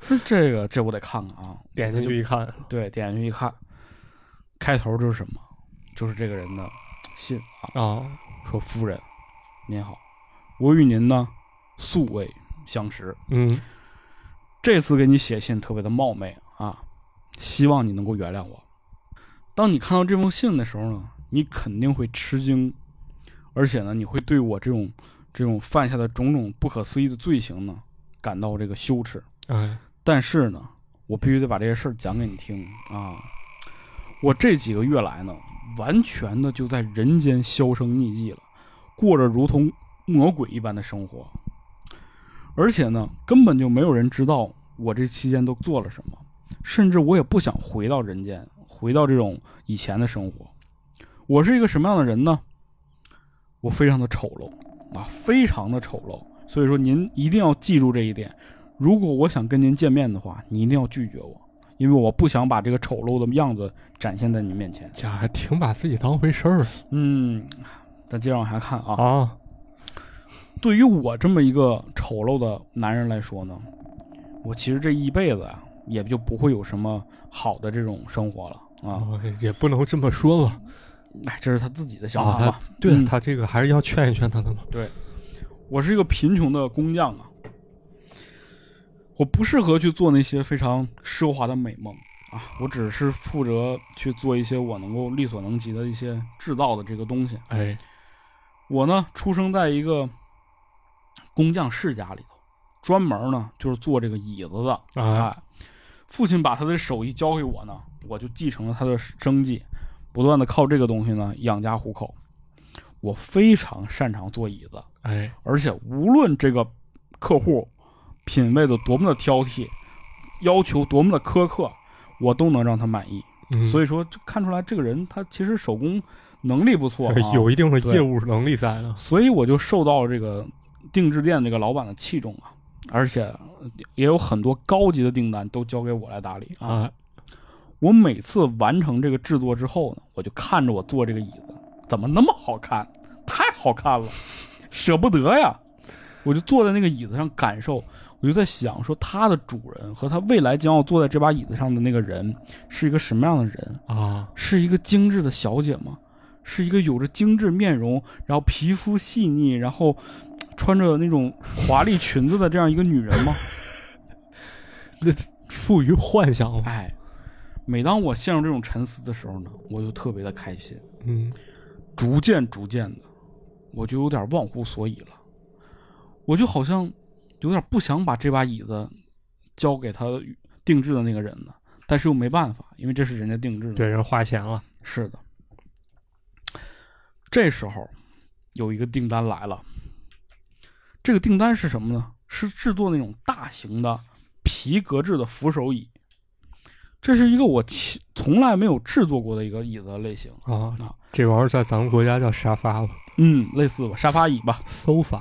Speaker 2: 说 这个这我得看看啊，
Speaker 3: 点进去一看，
Speaker 2: 对，点进去一看，开头就是什么，就是这个人的信啊，
Speaker 3: 啊，
Speaker 2: 说：“夫人，您好，我与您呢素未相识，
Speaker 3: 嗯，
Speaker 2: 这次给你写信特别的冒昧啊，希望你能够原谅我。”当你看到这封信的时候呢，你肯定会吃惊，而且呢，你会对我这种这种犯下的种种不可思议的罪行呢感到这个羞耻。
Speaker 3: 哎，
Speaker 2: 但是呢，我必须得把这些事儿讲给你听啊！我这几个月来呢，完全的就在人间销声匿迹了，过着如同魔鬼一般的生活，而且呢，根本就没有人知道我这期间都做了什么，甚至我也不想回到人间，回到这种以前的生活。我是一个什么样的人呢？我非常的丑陋啊，非常的丑陋。所以说，您一定要记住这一点。如果我想跟您见面的话，你一定要拒绝我，因为我不想把这个丑陋的样子展现在你面前。
Speaker 3: 这还挺把自己当回事儿
Speaker 2: 嗯，咱接着往下看啊。
Speaker 3: 啊。
Speaker 2: 对于我这么一个丑陋的男人来说呢，我其实这一辈子啊，也就不会有什么好的这种生活了啊。
Speaker 3: 啊，也不能这么说吧。
Speaker 2: 哎，这是他自己的想
Speaker 3: 啊，
Speaker 2: 法嘛。
Speaker 3: 他 对
Speaker 2: 嗯
Speaker 3: 他这个还是要劝一劝他的嘛。
Speaker 2: 我是一个贫穷的工匠啊，我不适合去做那些非常奢华的美梦啊，我只是负责去做一些我能够力所能及的一些制造的这个东西。
Speaker 3: 哎，
Speaker 2: 我呢，出生在一个工匠世家里头，专门呢就是做这个椅子的。
Speaker 3: 啊，
Speaker 2: 哎，父亲把他的手艺交给我呢，我就继承了他的生计，不断的靠这个东西呢养家糊口。我非常擅长做椅子，
Speaker 3: 哎，
Speaker 2: 而且无论这个客户品味的多么的挑剔，要求多么的苛刻，我都能让他满意。
Speaker 3: 嗯
Speaker 2: 所以说，就看出来这个人他其实手工能力不错、啊
Speaker 3: 哎， 有一定的
Speaker 2: 对
Speaker 3: 业务能力在的。
Speaker 2: 所以我就受到这个定制店这个老板的器重啊，而且也有很多高级的订单都交给我来打理。
Speaker 3: 啊，
Speaker 2: 我每次完成这个制作之后呢，我就看着我做这个椅子怎么那么好看，太好看了，舍不得呀！我就坐在那个椅子上感受，我就在想说，它的主人和他未来将要坐在这把椅子上的那个人是一个什么样的人？
Speaker 3: 啊，
Speaker 2: 是一个精致的小姐吗？是一个有着精致面容，然后皮肤细腻，然后嘖穿着那种华丽裙子的这样一个女人吗？
Speaker 3: 富于幻想嘛。
Speaker 2: 哎，每当我陷入这种沉思的时候呢，我就特别的开心。
Speaker 3: 嗯，
Speaker 2: 逐渐逐渐的，我就有点忘乎所以了，我就好像有点不想把这把椅子交给他定制的那个人了，但是又没办法，因为这是人家定制的。
Speaker 3: 对，人花钱了。
Speaker 2: 是的。这时候有一个订单来了，这个订单是什么呢？是制作那种大型的皮革制的扶手椅。这是一个我其从来没有制作过的一个椅子的类型，
Speaker 3: 啊
Speaker 2: 啊，
Speaker 3: 这玩意儿在咱们国家叫沙发了
Speaker 2: 嗯，类似吧，沙发椅吧。
Speaker 3: ，sofa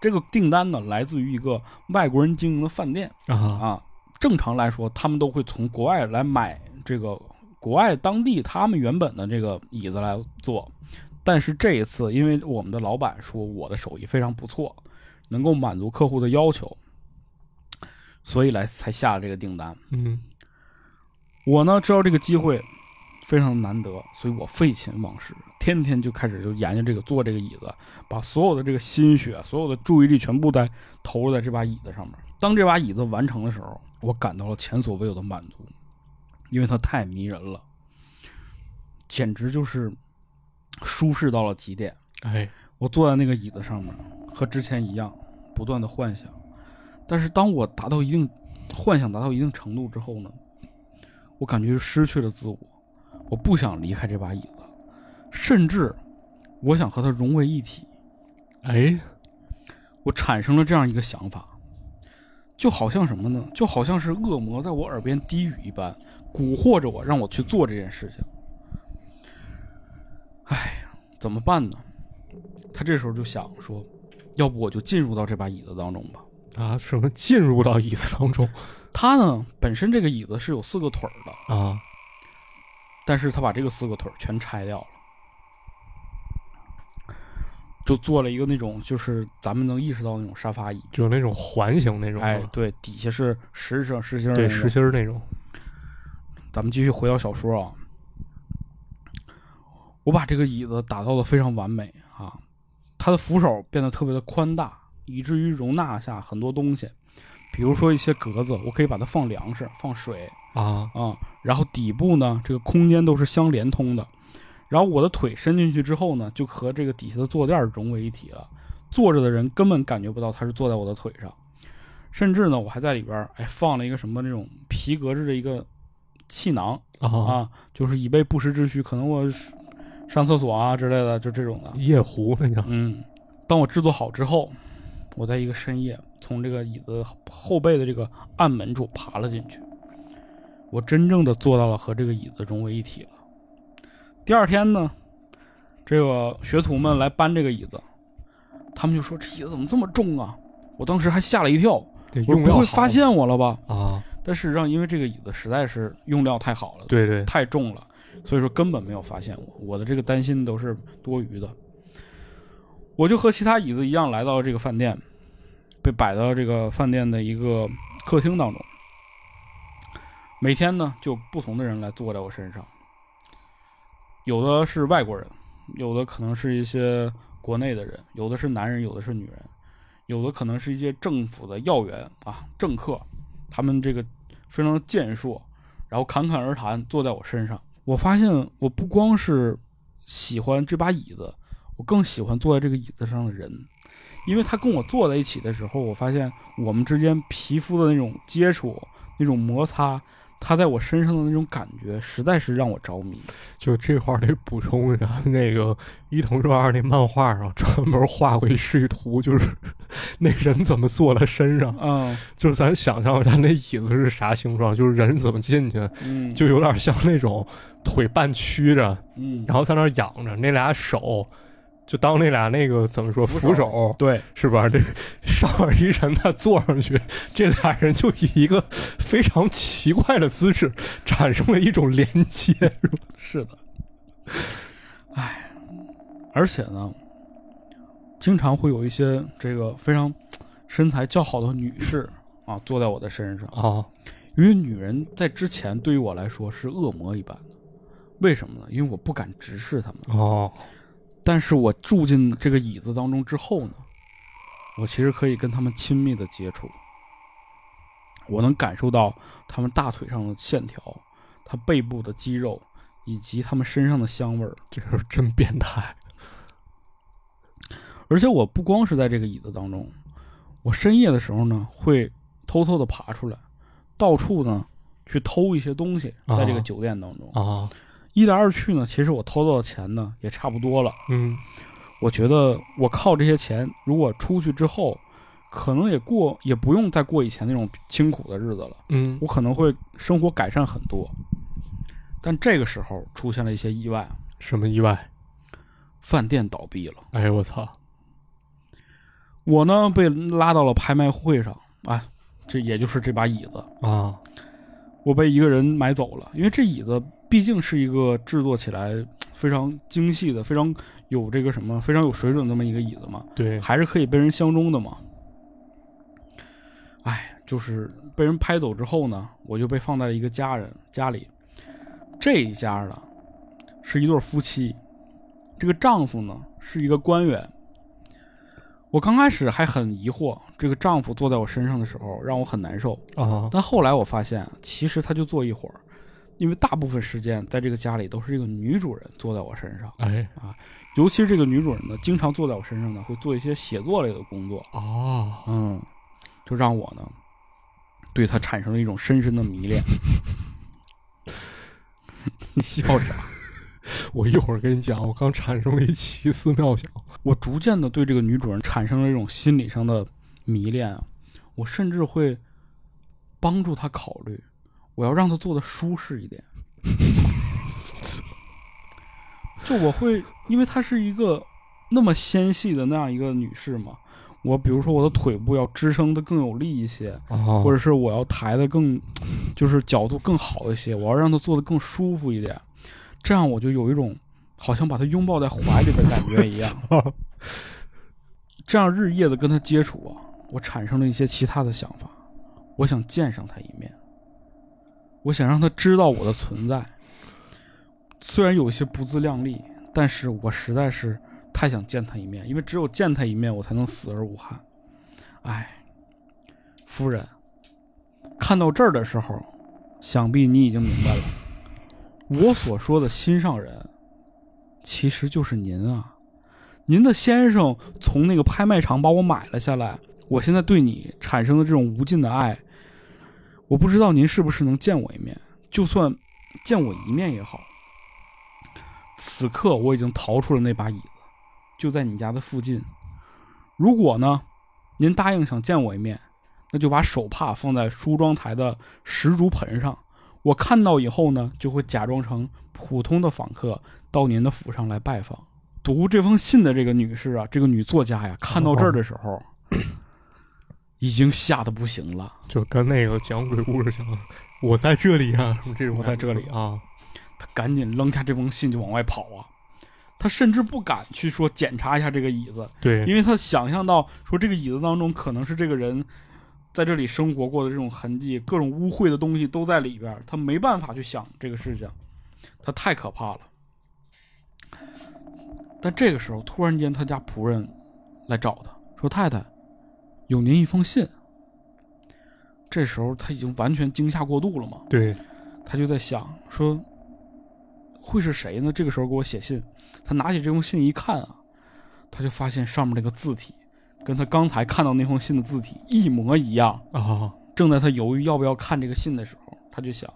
Speaker 2: 这个订单呢，来自于一个外国人经营的饭店
Speaker 3: 啊
Speaker 2: 啊。正常来说，他们都会从国外来买这个国外当地他们原本的这个椅子来做，但是这一次，因为我们的老板说我的手艺非常不错，能够满足客户的要求，所以来才下了这个订单。
Speaker 3: 嗯，
Speaker 2: 我呢知道这个机会非常难得，所以我废寝忘食，天天就开始就研究这个做这个椅子，把所有的这个心血、所有的注意力全部在投入在这把椅子上面。当这把椅子完成的时候，我感到了前所未有的满足，因为它太迷人了，简直就是舒适到了极点。
Speaker 3: 哎，
Speaker 2: 我坐在那个椅子上面，和之前一样，不断的幻想。但是当我达到一定幻想达到一定程度之后呢，我感觉失去了自我，我不想离开这把椅子，甚至我想和它融为一体。
Speaker 3: 哎，
Speaker 2: 我产生了这样一个想法，就好像什么呢？就好像是恶魔在我耳边低语一般，蛊惑着我，让我去做这件事情。哎呀，怎么办呢？他这时候就想说，要不我就进入到这把椅子当中吧。
Speaker 3: 啊，什么进入到椅子当中
Speaker 2: 他呢，本身这个椅子是有四个腿儿的，
Speaker 3: 啊？
Speaker 2: 但是他把这个四个腿儿全拆掉了，就做了一个那种就是咱们能意识到那种沙发椅。
Speaker 3: 就那种环形那种啊，
Speaker 2: 哎，嗯对，底下是实心实心儿
Speaker 3: 对，
Speaker 2: 那
Speaker 3: 实
Speaker 2: 种
Speaker 3: 心儿那种，
Speaker 2: 咱们继续回到小说啊，我把这个椅子打造的非常完美啊，它的扶手变得特别的宽大，以至于容纳下很多东西，比如说一些格子，我可以把它放粮食、放水
Speaker 3: 啊
Speaker 2: 啊，然后底部呢，这个空间都是相连通的，然后我的腿伸进去之后呢，就和这个底下的坐垫儿融为一体了，坐着的人根本感觉不到他是坐在我的腿上，甚至呢，我还在里边儿哎放了一个什么那种皮革制的一个气囊。
Speaker 3: 啊，
Speaker 2: 啊，就是以备不时之需，可能我是上厕所啊之类的，就这种的。
Speaker 3: 夜壶那叫
Speaker 2: 嗯，当我制作好之后，我在一个深夜从这个椅子后背的这个暗门处爬了进去，我真正的做到了和这个椅子融为一体了。第二天呢，这个学徒们来搬这个椅子，他们就说这椅子怎么这么重啊？我当时还吓了一跳，
Speaker 3: 得
Speaker 2: 我
Speaker 3: 用
Speaker 2: 不
Speaker 3: 料
Speaker 2: 会
Speaker 3: 好
Speaker 2: 发现我了吧？
Speaker 3: 啊，
Speaker 2: 但事实上，因为这个椅子实在是用料太好了，
Speaker 3: 对对，
Speaker 2: 太重了，所以说根本没有发现我。我的这个担心都是多余的。我就和其他椅子一样来到了这个饭店，被摆到这个饭店的一个客厅当中。每天呢，就不同的人来坐在我身上，有的是外国人，有的可能是一些国内的人，有的是男人，有的是女人，有的可能是一些政府的要员啊、政客，他们这个非常健硕，然后侃侃而谈，坐在我身上。我发现我不光是喜欢这把椅子，我更喜欢坐在这个椅子上的人，因为他跟我坐在一起的时候，我发现我们之间皮肤的那种接触、那种摩擦，他在我身上的那种感觉，实在是让我着迷。
Speaker 3: 就这块儿得补充一下，那个伊藤润二那漫画上专门画过一示意图，就是 那人怎么坐在身上，
Speaker 2: 嗯
Speaker 3: 就是咱想象一下那椅子是啥形状，就是人怎么进去，
Speaker 2: 嗯，
Speaker 3: 就有点像那种腿半曲着，
Speaker 2: 嗯，
Speaker 3: 然后在那儿仰着，那俩手就当那俩那个怎么说
Speaker 2: 扶
Speaker 3: 扶
Speaker 2: 手
Speaker 3: 手
Speaker 2: 对
Speaker 3: 是吧？这上面一人他坐上去，这俩人就以一个非常奇怪的姿势产生了一种连接，是吧？
Speaker 2: 是的，哎，而且呢，经常会有一些这个非常身材较好的女士啊，坐在我的身上。
Speaker 3: 啊，
Speaker 2: 因为女人在之前对于我来说是恶魔一般的，为什么呢？因为我不敢直视她们。
Speaker 3: 哦。
Speaker 2: 但是我住进这个椅子当中之后呢，我其实可以跟她们亲密的接触，我能感受到她们大腿上的线条，她背部的肌肉，以及她们身上的香味儿。
Speaker 3: 这是真变态
Speaker 2: 而且我不光是在这个椅子当中，我深夜的时候呢，会偷偷的爬出来，到处呢去偷一些东西，在这个
Speaker 3: 啊
Speaker 2: 酒店当中。
Speaker 3: 啊！
Speaker 2: 一来二去呢，其实我偷到的钱呢也差不多了。
Speaker 3: 嗯
Speaker 2: 我觉得我靠这些钱，如果出去之后，可能也过也不用再过以前那种清苦的日子了，
Speaker 3: 嗯
Speaker 2: 我可能会生活改善很多。但这个时候出现了一些意外，
Speaker 3: 什么意外？
Speaker 2: 饭店倒闭了。
Speaker 3: 哎呦我操！
Speaker 2: 我呢被拉到了拍卖会上啊，这也就是这把椅子，
Speaker 3: 啊，
Speaker 2: 我被一个人买走了。因为这椅子毕竟是一个制作起来嘖非常精细的、非常有这个什么、非常有水准的这么一个椅子嘛，
Speaker 3: 对，
Speaker 2: 还是可以被人相中的嘛。哎，就是被人拍走之后呢，我就被放在了一个家人家里。这一家呢，是一对夫妻，这个丈夫呢是一个官员。我刚开始还很疑惑，这个丈夫坐在我身上的时候让我很难受，
Speaker 3: 啊，
Speaker 2: 但后来我发现，其实他就坐一会儿，因为大部分时间在这个家里都是这个女主人坐在我身上。
Speaker 3: 哎
Speaker 2: 尤其是这个女主人呢，经常坐在我身上呢，会做一些写作类的工作，
Speaker 3: 啊，
Speaker 2: 嗯，就让我呢对她产生了一种深深的迷恋。你笑啥？
Speaker 3: 我一会儿跟你讲，我刚产生了一奇思妙想。
Speaker 2: 我逐渐的对这个女主人产生了一种心理上的迷恋啊，我甚至会帮助她考虑，我要让她做的舒适一点。 就我会，因为她是一个那么纤细的那样一个女士嘛，我比如说我的腿部要支撑的更有力一些，
Speaker 3: 啊
Speaker 2: 或者是我要抬的更，就是角度更好一些，我要让她做的更舒服一点，这样我就有一种好像把她拥抱在怀里的感觉一样。
Speaker 3: 者
Speaker 2: 这样日夜的跟他接触啊，我产生了一些其他的想法，我想见上他一面，我想让他知道我的存在。虽然有些不自量力，但是我实在是太想见他一面，因为只有见他一面，我才能死而无憾。哎，夫人，看到这儿的时候，想必你已经明白了，我所说的心上人，其实就是您啊。您的先生从那个拍卖场把我买了下来，我现在对你产生的这种无尽的爱，我不知道您是不是能见我一面，就算见我一面也好。此刻我已经逃出了那把椅子，就在你家的附近。如果呢，您答应想见我一面，那就把手帕放在梳妆台的石竹盆上。我看到以后呢，就会假装成普通的访客到您的府上来拜访。读这封信的这个女士啊，这个女作家呀，看到这儿的时候，已经吓得不行了。
Speaker 3: 就跟那个讲鬼故事讲，我在这里啊，什么这种
Speaker 2: 我在这里
Speaker 3: 啊，
Speaker 2: 他赶紧扔下这封信就往外跑啊。他甚至不敢去说检查一下这个椅子，
Speaker 3: 对，
Speaker 2: 因为他想象到说这个椅子当中可能是这个人在这里生活过的这种痕迹，各种污秽的东西都在里边儿，他没办法去想这个事情，他太可怕了。但这个时候，突然间他家仆人来找他说：“太太，有您一封信。”这时候他已经完全惊吓过度了嘛，
Speaker 3: 对，
Speaker 2: 他就在想说，会是谁呢？这个时候给我写信，他拿起这封信一看啊，他就发现上面那个字体跟他刚才看到那封信的字体一模一样。
Speaker 3: 啊，
Speaker 2: 正在他犹豫要不要看这个信的时候，他就想，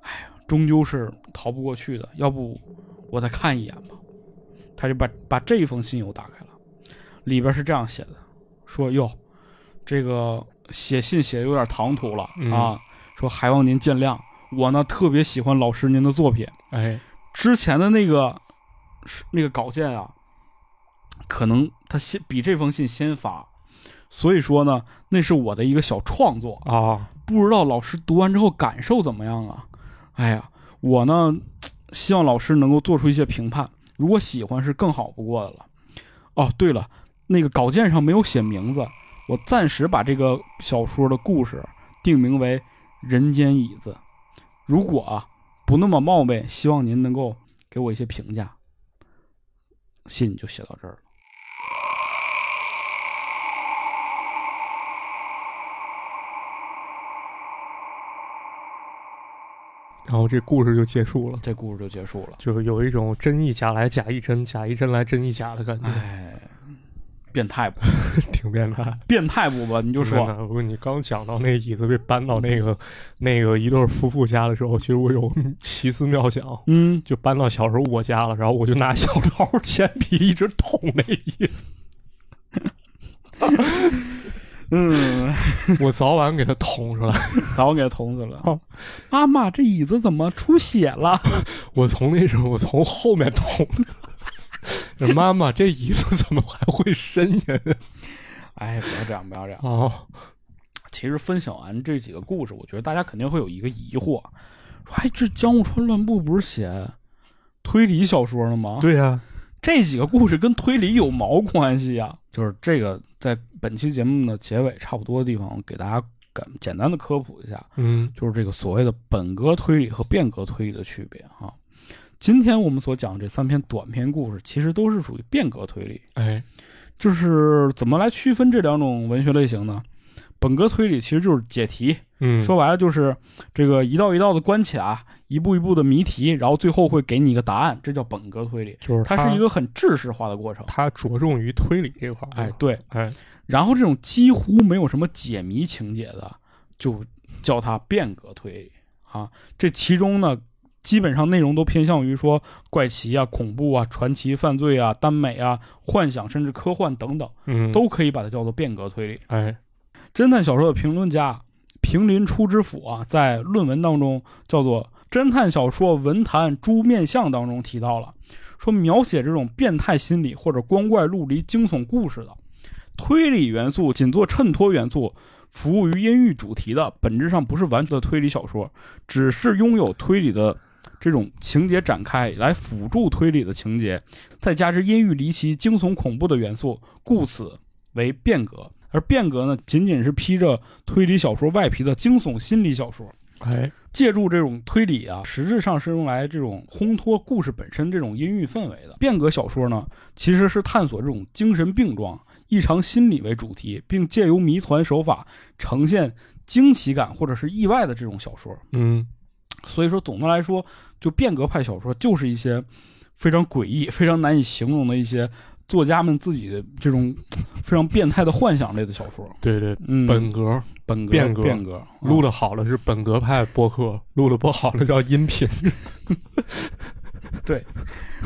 Speaker 2: 哎呀，终究是逃不过去的，要不我再看一眼吧。他就把把这封信又打开了，里边是这样写的，说哟，这个写信写的有点唐突了、
Speaker 3: 嗯
Speaker 2: 啊，说还望您见谅，我呢特别喜欢老师您的作品，
Speaker 3: 哎，
Speaker 2: 之前的那个是那个稿件啊，可能他先比这封信先发，所以说呢，那是我的一个小创作，
Speaker 3: 啊，
Speaker 2: 不知道老师读完之后感受怎么样啊？哎呀，我呢，希望老师能够做出一些评判，如果喜欢是更好不过的了。哦，对了，那个稿件上没有写名字，我暂时把这个小说的故事定名为《人间椅子》。如果啊不那么冒昧，希望您能够给我一些评价。信就写到这儿了。
Speaker 3: 然后这故事就结束了，
Speaker 2: 这故事就结束了。
Speaker 3: 就有一种真亦假来，假亦真，假亦真来，真亦假的感觉。
Speaker 2: 哎，变态 不？
Speaker 3: 挺变态。
Speaker 2: 变态不吧？你就
Speaker 3: 真
Speaker 2: 说
Speaker 3: 的，我跟你刚讲到那椅子被搬到那个那个一对夫妇家的时候，其实我有奇思妙想，
Speaker 2: 嗯，
Speaker 3: 就搬到小时候我家了，然后我就拿小刀铅笔一直捅那椅子，
Speaker 2: 嗯，
Speaker 3: 我早晚给它捅出来。
Speaker 2: 早给捅死了。妈妈，这椅子怎么出血了？
Speaker 3: 我从那时候，我从后面捅的。 妈妈，这椅子怎么还会呻 吟
Speaker 2: 哎，不要这样，不要这样。
Speaker 3: 啊？
Speaker 2: 其实分享完这几个故事，我觉得大家肯定会有一个疑惑：说，哎，这江户川乱步不是写推理小说的吗？
Speaker 3: 对呀、
Speaker 2: 这几个故事跟推理有毛关系啊？就是这个，在本期节目的结尾差不多的地方，给大家简简单的科普一下，
Speaker 3: 嗯，
Speaker 2: 就是这个所谓的本格推理和变革推理的区别哈、今天我们所讲的这三篇短篇故事，其实都是属于变革推理。
Speaker 3: 哎，
Speaker 2: 就是怎么来区分这两种文学类型呢？本格推理其实就是解题，
Speaker 3: 嗯，
Speaker 2: 说白了就是这个一道一道的关卡，一步一步的谜题，然后最后会给你一个答案，这叫本格推理。
Speaker 3: 就是
Speaker 2: 它是一个很制式化的过程。
Speaker 3: 他着重于推理这块儿，
Speaker 2: 哎，对，
Speaker 3: 哎，
Speaker 2: 然后这种几乎没有什么解谜情节的，就叫它变革推理啊。这其中呢，基本上内容都偏向于说怪奇啊、恐怖啊、传奇、犯罪啊、耽美啊、幻想甚至科幻等等，
Speaker 3: 嗯，
Speaker 2: 都可以把它叫做变革推理。
Speaker 3: 哎，
Speaker 2: 侦探小说的评论家平林初之辅啊，在论文当中叫做《侦探小说文坛诸面相》当中提到了，说描写这种变态心理或者光怪陆离惊悚故事的推理元素仅做衬托元素。服务于阴郁主题的，本质上不是完全的推理小说，只是拥有推理的这种情节展开来辅助推理的情节，再加之阴郁离奇、惊悚恐怖的元素，故此为变革，而变革呢，仅仅是披着推理小说外皮的惊悚心理小说，
Speaker 3: 哎，
Speaker 2: 借助这种推理啊，实质上是用来这种烘托故事本身这种阴郁氛围的。变革小说呢，其实是探索这种精神病状、异常心理为主题，并借由谜团手法呈现惊奇感或者是意外的这种小说。
Speaker 3: 嗯，
Speaker 2: 所以说，总的来说，就变革派小说就是一些非常诡异、非常难以形容的一些作家们自己的这种非常变态的幻想类的小说。
Speaker 3: 对对，
Speaker 2: 嗯，
Speaker 3: 本格
Speaker 2: 本格
Speaker 3: 变革
Speaker 2: 变革嗯
Speaker 3: 录
Speaker 2: 的
Speaker 3: 的好了是本格派播客，录的不好了叫音频。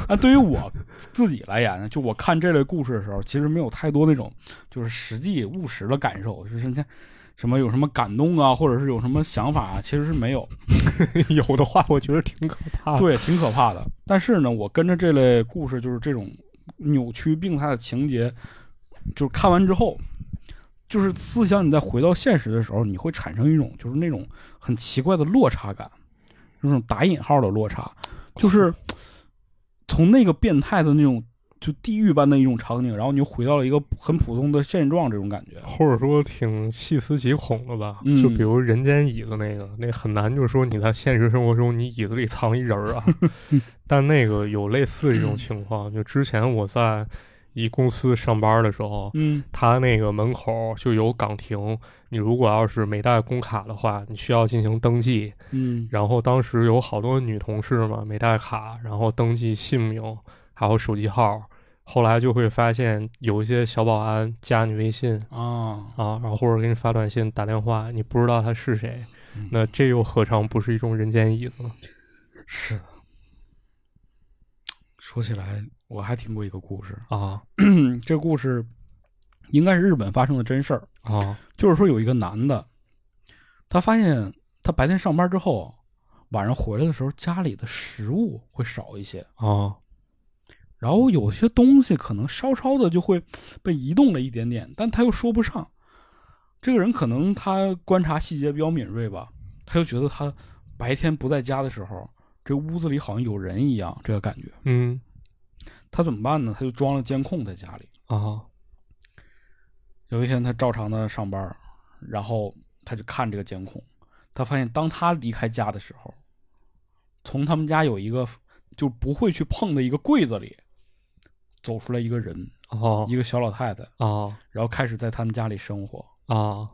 Speaker 2: 啊，对于我自己来言呢，就我看这类故事的时候，其实没有太多那种就是实际务实的感受，就是你看什么有什么感动啊，或者是有什么想法啊，其实是没有。
Speaker 3: 有的话，我觉得挺可怕的。，
Speaker 2: 对，挺可怕的。但是呢，我跟着这类故事，就是这种扭曲病态的情节，就是看完之后，就是思想你再回到现实的时候，你会产生一种就是那种很奇怪的落差感，那种打引号的落差，就是从那个变态的那种就地狱般的一种场景，然后你又回到了一个很普通的现状这种感觉。
Speaker 3: 或者说挺细思极恐的吧。
Speaker 2: 嗯
Speaker 3: 就比如人间椅子那个，那很难就说你在现实生活中你椅子里藏一人儿 啊。但那个有类似一种情况，就之前我在一公司上班的时候，
Speaker 2: 嗯
Speaker 3: 他那个门口就有岗亭，你如果要是没带工卡的话，你需要进行登记。
Speaker 2: 嗯
Speaker 3: 然后当时有好多女同事嘛，没带卡，然后登记姓名还有手机号。后来就会发现有一些小保安加你微信
Speaker 2: 啊，
Speaker 3: 啊，然后或者给你发短信、打电话，你不知道他是谁，
Speaker 2: 嗯
Speaker 3: 那这又何尝不是一种人间椅子呢？
Speaker 2: 是的。说起来，我还听过一个故事。
Speaker 3: 啊
Speaker 2: 这故事应该是日本发生的真事儿，
Speaker 3: 啊
Speaker 2: 就是说有一个男的，他发现他白天上班之后，啊晚上回来的时候家里的食物会少一些，
Speaker 3: 啊！
Speaker 2: 然后有些东西可能稍稍的就会被移动了一点点，但他又说不上。这个人可能他观察细节比较敏锐吧，他就觉得他白天不在家的时候，这屋子里好像有人一样，这个感觉。
Speaker 3: 嗯
Speaker 2: 他怎么办呢？他就装了监控在家里。
Speaker 3: 啊
Speaker 2: 有一天他照常的上班儿，然后他就看这个监控，他发现当他离开家的时候，从他们家有一个就不会去碰的一个柜子里，走出来一个人，
Speaker 3: 啊
Speaker 2: 一个小老太太，
Speaker 3: 啊
Speaker 2: 然后开始在他们家里生活。
Speaker 3: 啊！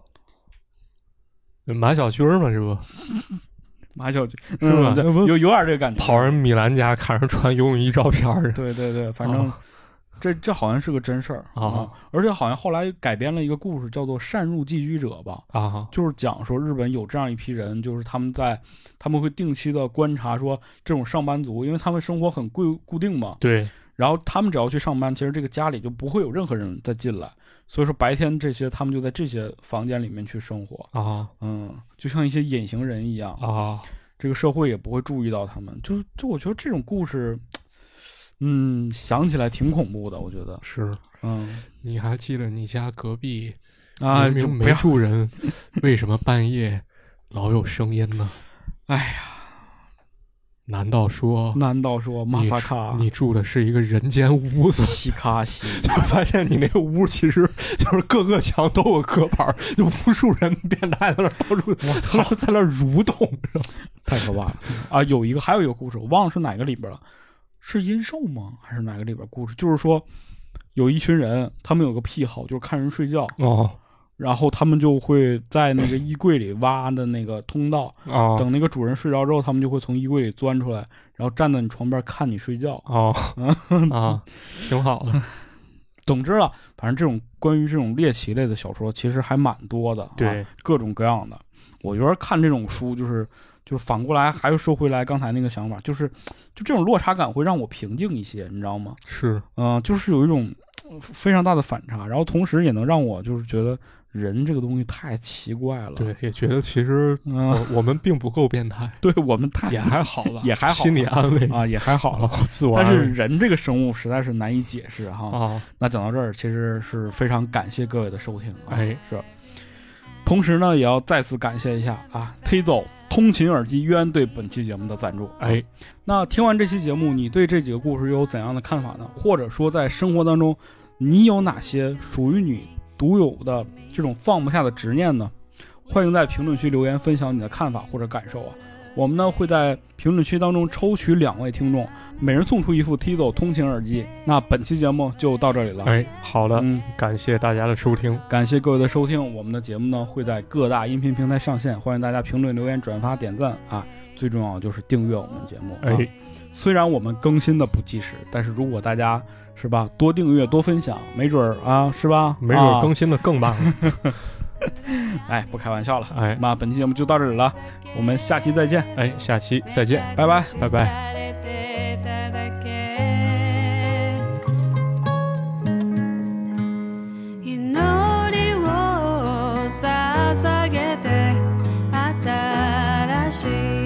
Speaker 3: 马小军儿嘛，这不
Speaker 2: 马小军
Speaker 3: 是吧
Speaker 2: 嗯对
Speaker 3: 那不
Speaker 2: 有有点这个感觉，
Speaker 3: 跑人米兰家，看人穿游泳衣照片儿
Speaker 2: 对对对，反正、这这好像是个真事儿
Speaker 3: 啊
Speaker 2: 而且好像后来改编了一个故事，叫做《擅入寄居者》吧，
Speaker 3: 啊
Speaker 2: 就是讲说日本有这样一批人，就是他们在他们会定期的观察说这种上班族，因为他们生活很固固定嘛，
Speaker 3: 对，
Speaker 2: 然后他们只要去上班，其实这个家里就不会有任何人再进来，所以说白天这些他们就在这些房间里面去生活，
Speaker 3: 啊
Speaker 2: 嗯，就像一些隐形人一样，
Speaker 3: 啊，
Speaker 2: 这个社会也不会注意到他们，就就我觉得这种故事。嗯，想起来挺恐怖的，我觉得，
Speaker 3: 是。
Speaker 2: 嗯
Speaker 3: 你还记得你家隔壁
Speaker 2: 啊，
Speaker 3: 明
Speaker 2: 就
Speaker 3: 明
Speaker 2: 不
Speaker 3: 没
Speaker 2: 要
Speaker 3: 住人， 为什么半夜老有声音呢？
Speaker 2: 哎
Speaker 3: 呀，难道说
Speaker 2: 难道说马
Speaker 3: 你
Speaker 2: 萨
Speaker 3: 住
Speaker 2: 卡
Speaker 3: 你住的是一个人间屋子？
Speaker 2: 西卡西？
Speaker 3: 就发现你那个屋其实就是各个墙都有隔板儿，就无数人变态在那儿到处在那儿在那儿蠕动，是吧
Speaker 2: 太可怕了啊！有一个，还有一个故事，我忘了是哪个里边了，是阴兽吗？还是哪个里边故事？就是说，有一群人，他们有个癖好，就是看人睡觉，
Speaker 3: 哦
Speaker 2: 然后他们就会在那个衣柜里挖的那个通道，
Speaker 3: 哦
Speaker 2: 等那个主人睡着之后，他们就会从衣柜里钻出来，然后站在你床边看你睡觉。
Speaker 3: 哦
Speaker 2: 嗯
Speaker 3: 啊，挺好 的，
Speaker 2: 总之了，反正这种关于这种猎奇类的小说，其实还蛮多的、啊，
Speaker 3: 对，
Speaker 2: 各种各样的。我觉得看这种书，就是就是反过来，还是说回来刚才那个想法，就是就这种落差感会让我平静一些，你知道吗？
Speaker 3: 是
Speaker 2: 嗯、就是有一种呃非常大的反差，然后同时也能让我就是觉得人这个东西太奇怪了，，
Speaker 3: 对，也觉得其实
Speaker 2: 嗯、
Speaker 3: 我我们并不够变态，
Speaker 2: 对我们太
Speaker 3: 也还好吧，
Speaker 2: 也还好
Speaker 3: 心理安慰
Speaker 2: 啊也还好了。
Speaker 3: 啊，自我
Speaker 2: 但
Speaker 3: 安慰
Speaker 2: 是人这个生物实在是难以解释哈，
Speaker 3: 啊，
Speaker 2: 那讲到这儿，其实是非常感谢各位的收听、啊，
Speaker 3: 哎，
Speaker 2: 是。同时呢，也要再次感谢一下啊，推走通勤耳机渊对本期节目的赞助。
Speaker 3: 哎，
Speaker 2: 那听完这期节目，你对这几个故事又有怎样的看法呢？或者说，在生活当中，你有哪些属于你独有的这种放不下的执念呢？欢迎在评论区留言分享你的看法或者感受啊。我们呢会在评论区当中抽取两位听众，每人送出一副 T 走通勤耳机。那本期节目就到这里了。
Speaker 3: 哎，好的，
Speaker 2: 嗯，
Speaker 3: 感谢大家的收听，
Speaker 2: 感谢各位的收听，我们的节目呢会在各大音频平台上线，欢迎大家评论、留言、转发、点赞啊！最重要就是订阅我们的节目。啊
Speaker 3: 哎，
Speaker 2: 虽然我们更新的不及时，但是如果大家是吧多订阅、多分享，没准儿啊是吧？
Speaker 3: 没准儿
Speaker 2: 啊
Speaker 3: 更新的更慢了，
Speaker 2: 哎，不开玩笑了。
Speaker 3: 哎
Speaker 2: 那本期节目就到这里了，我们下期再见。
Speaker 3: 哎，下期再见。
Speaker 2: 拜拜
Speaker 3: 拜拜
Speaker 5: 祈りを捧げて新しい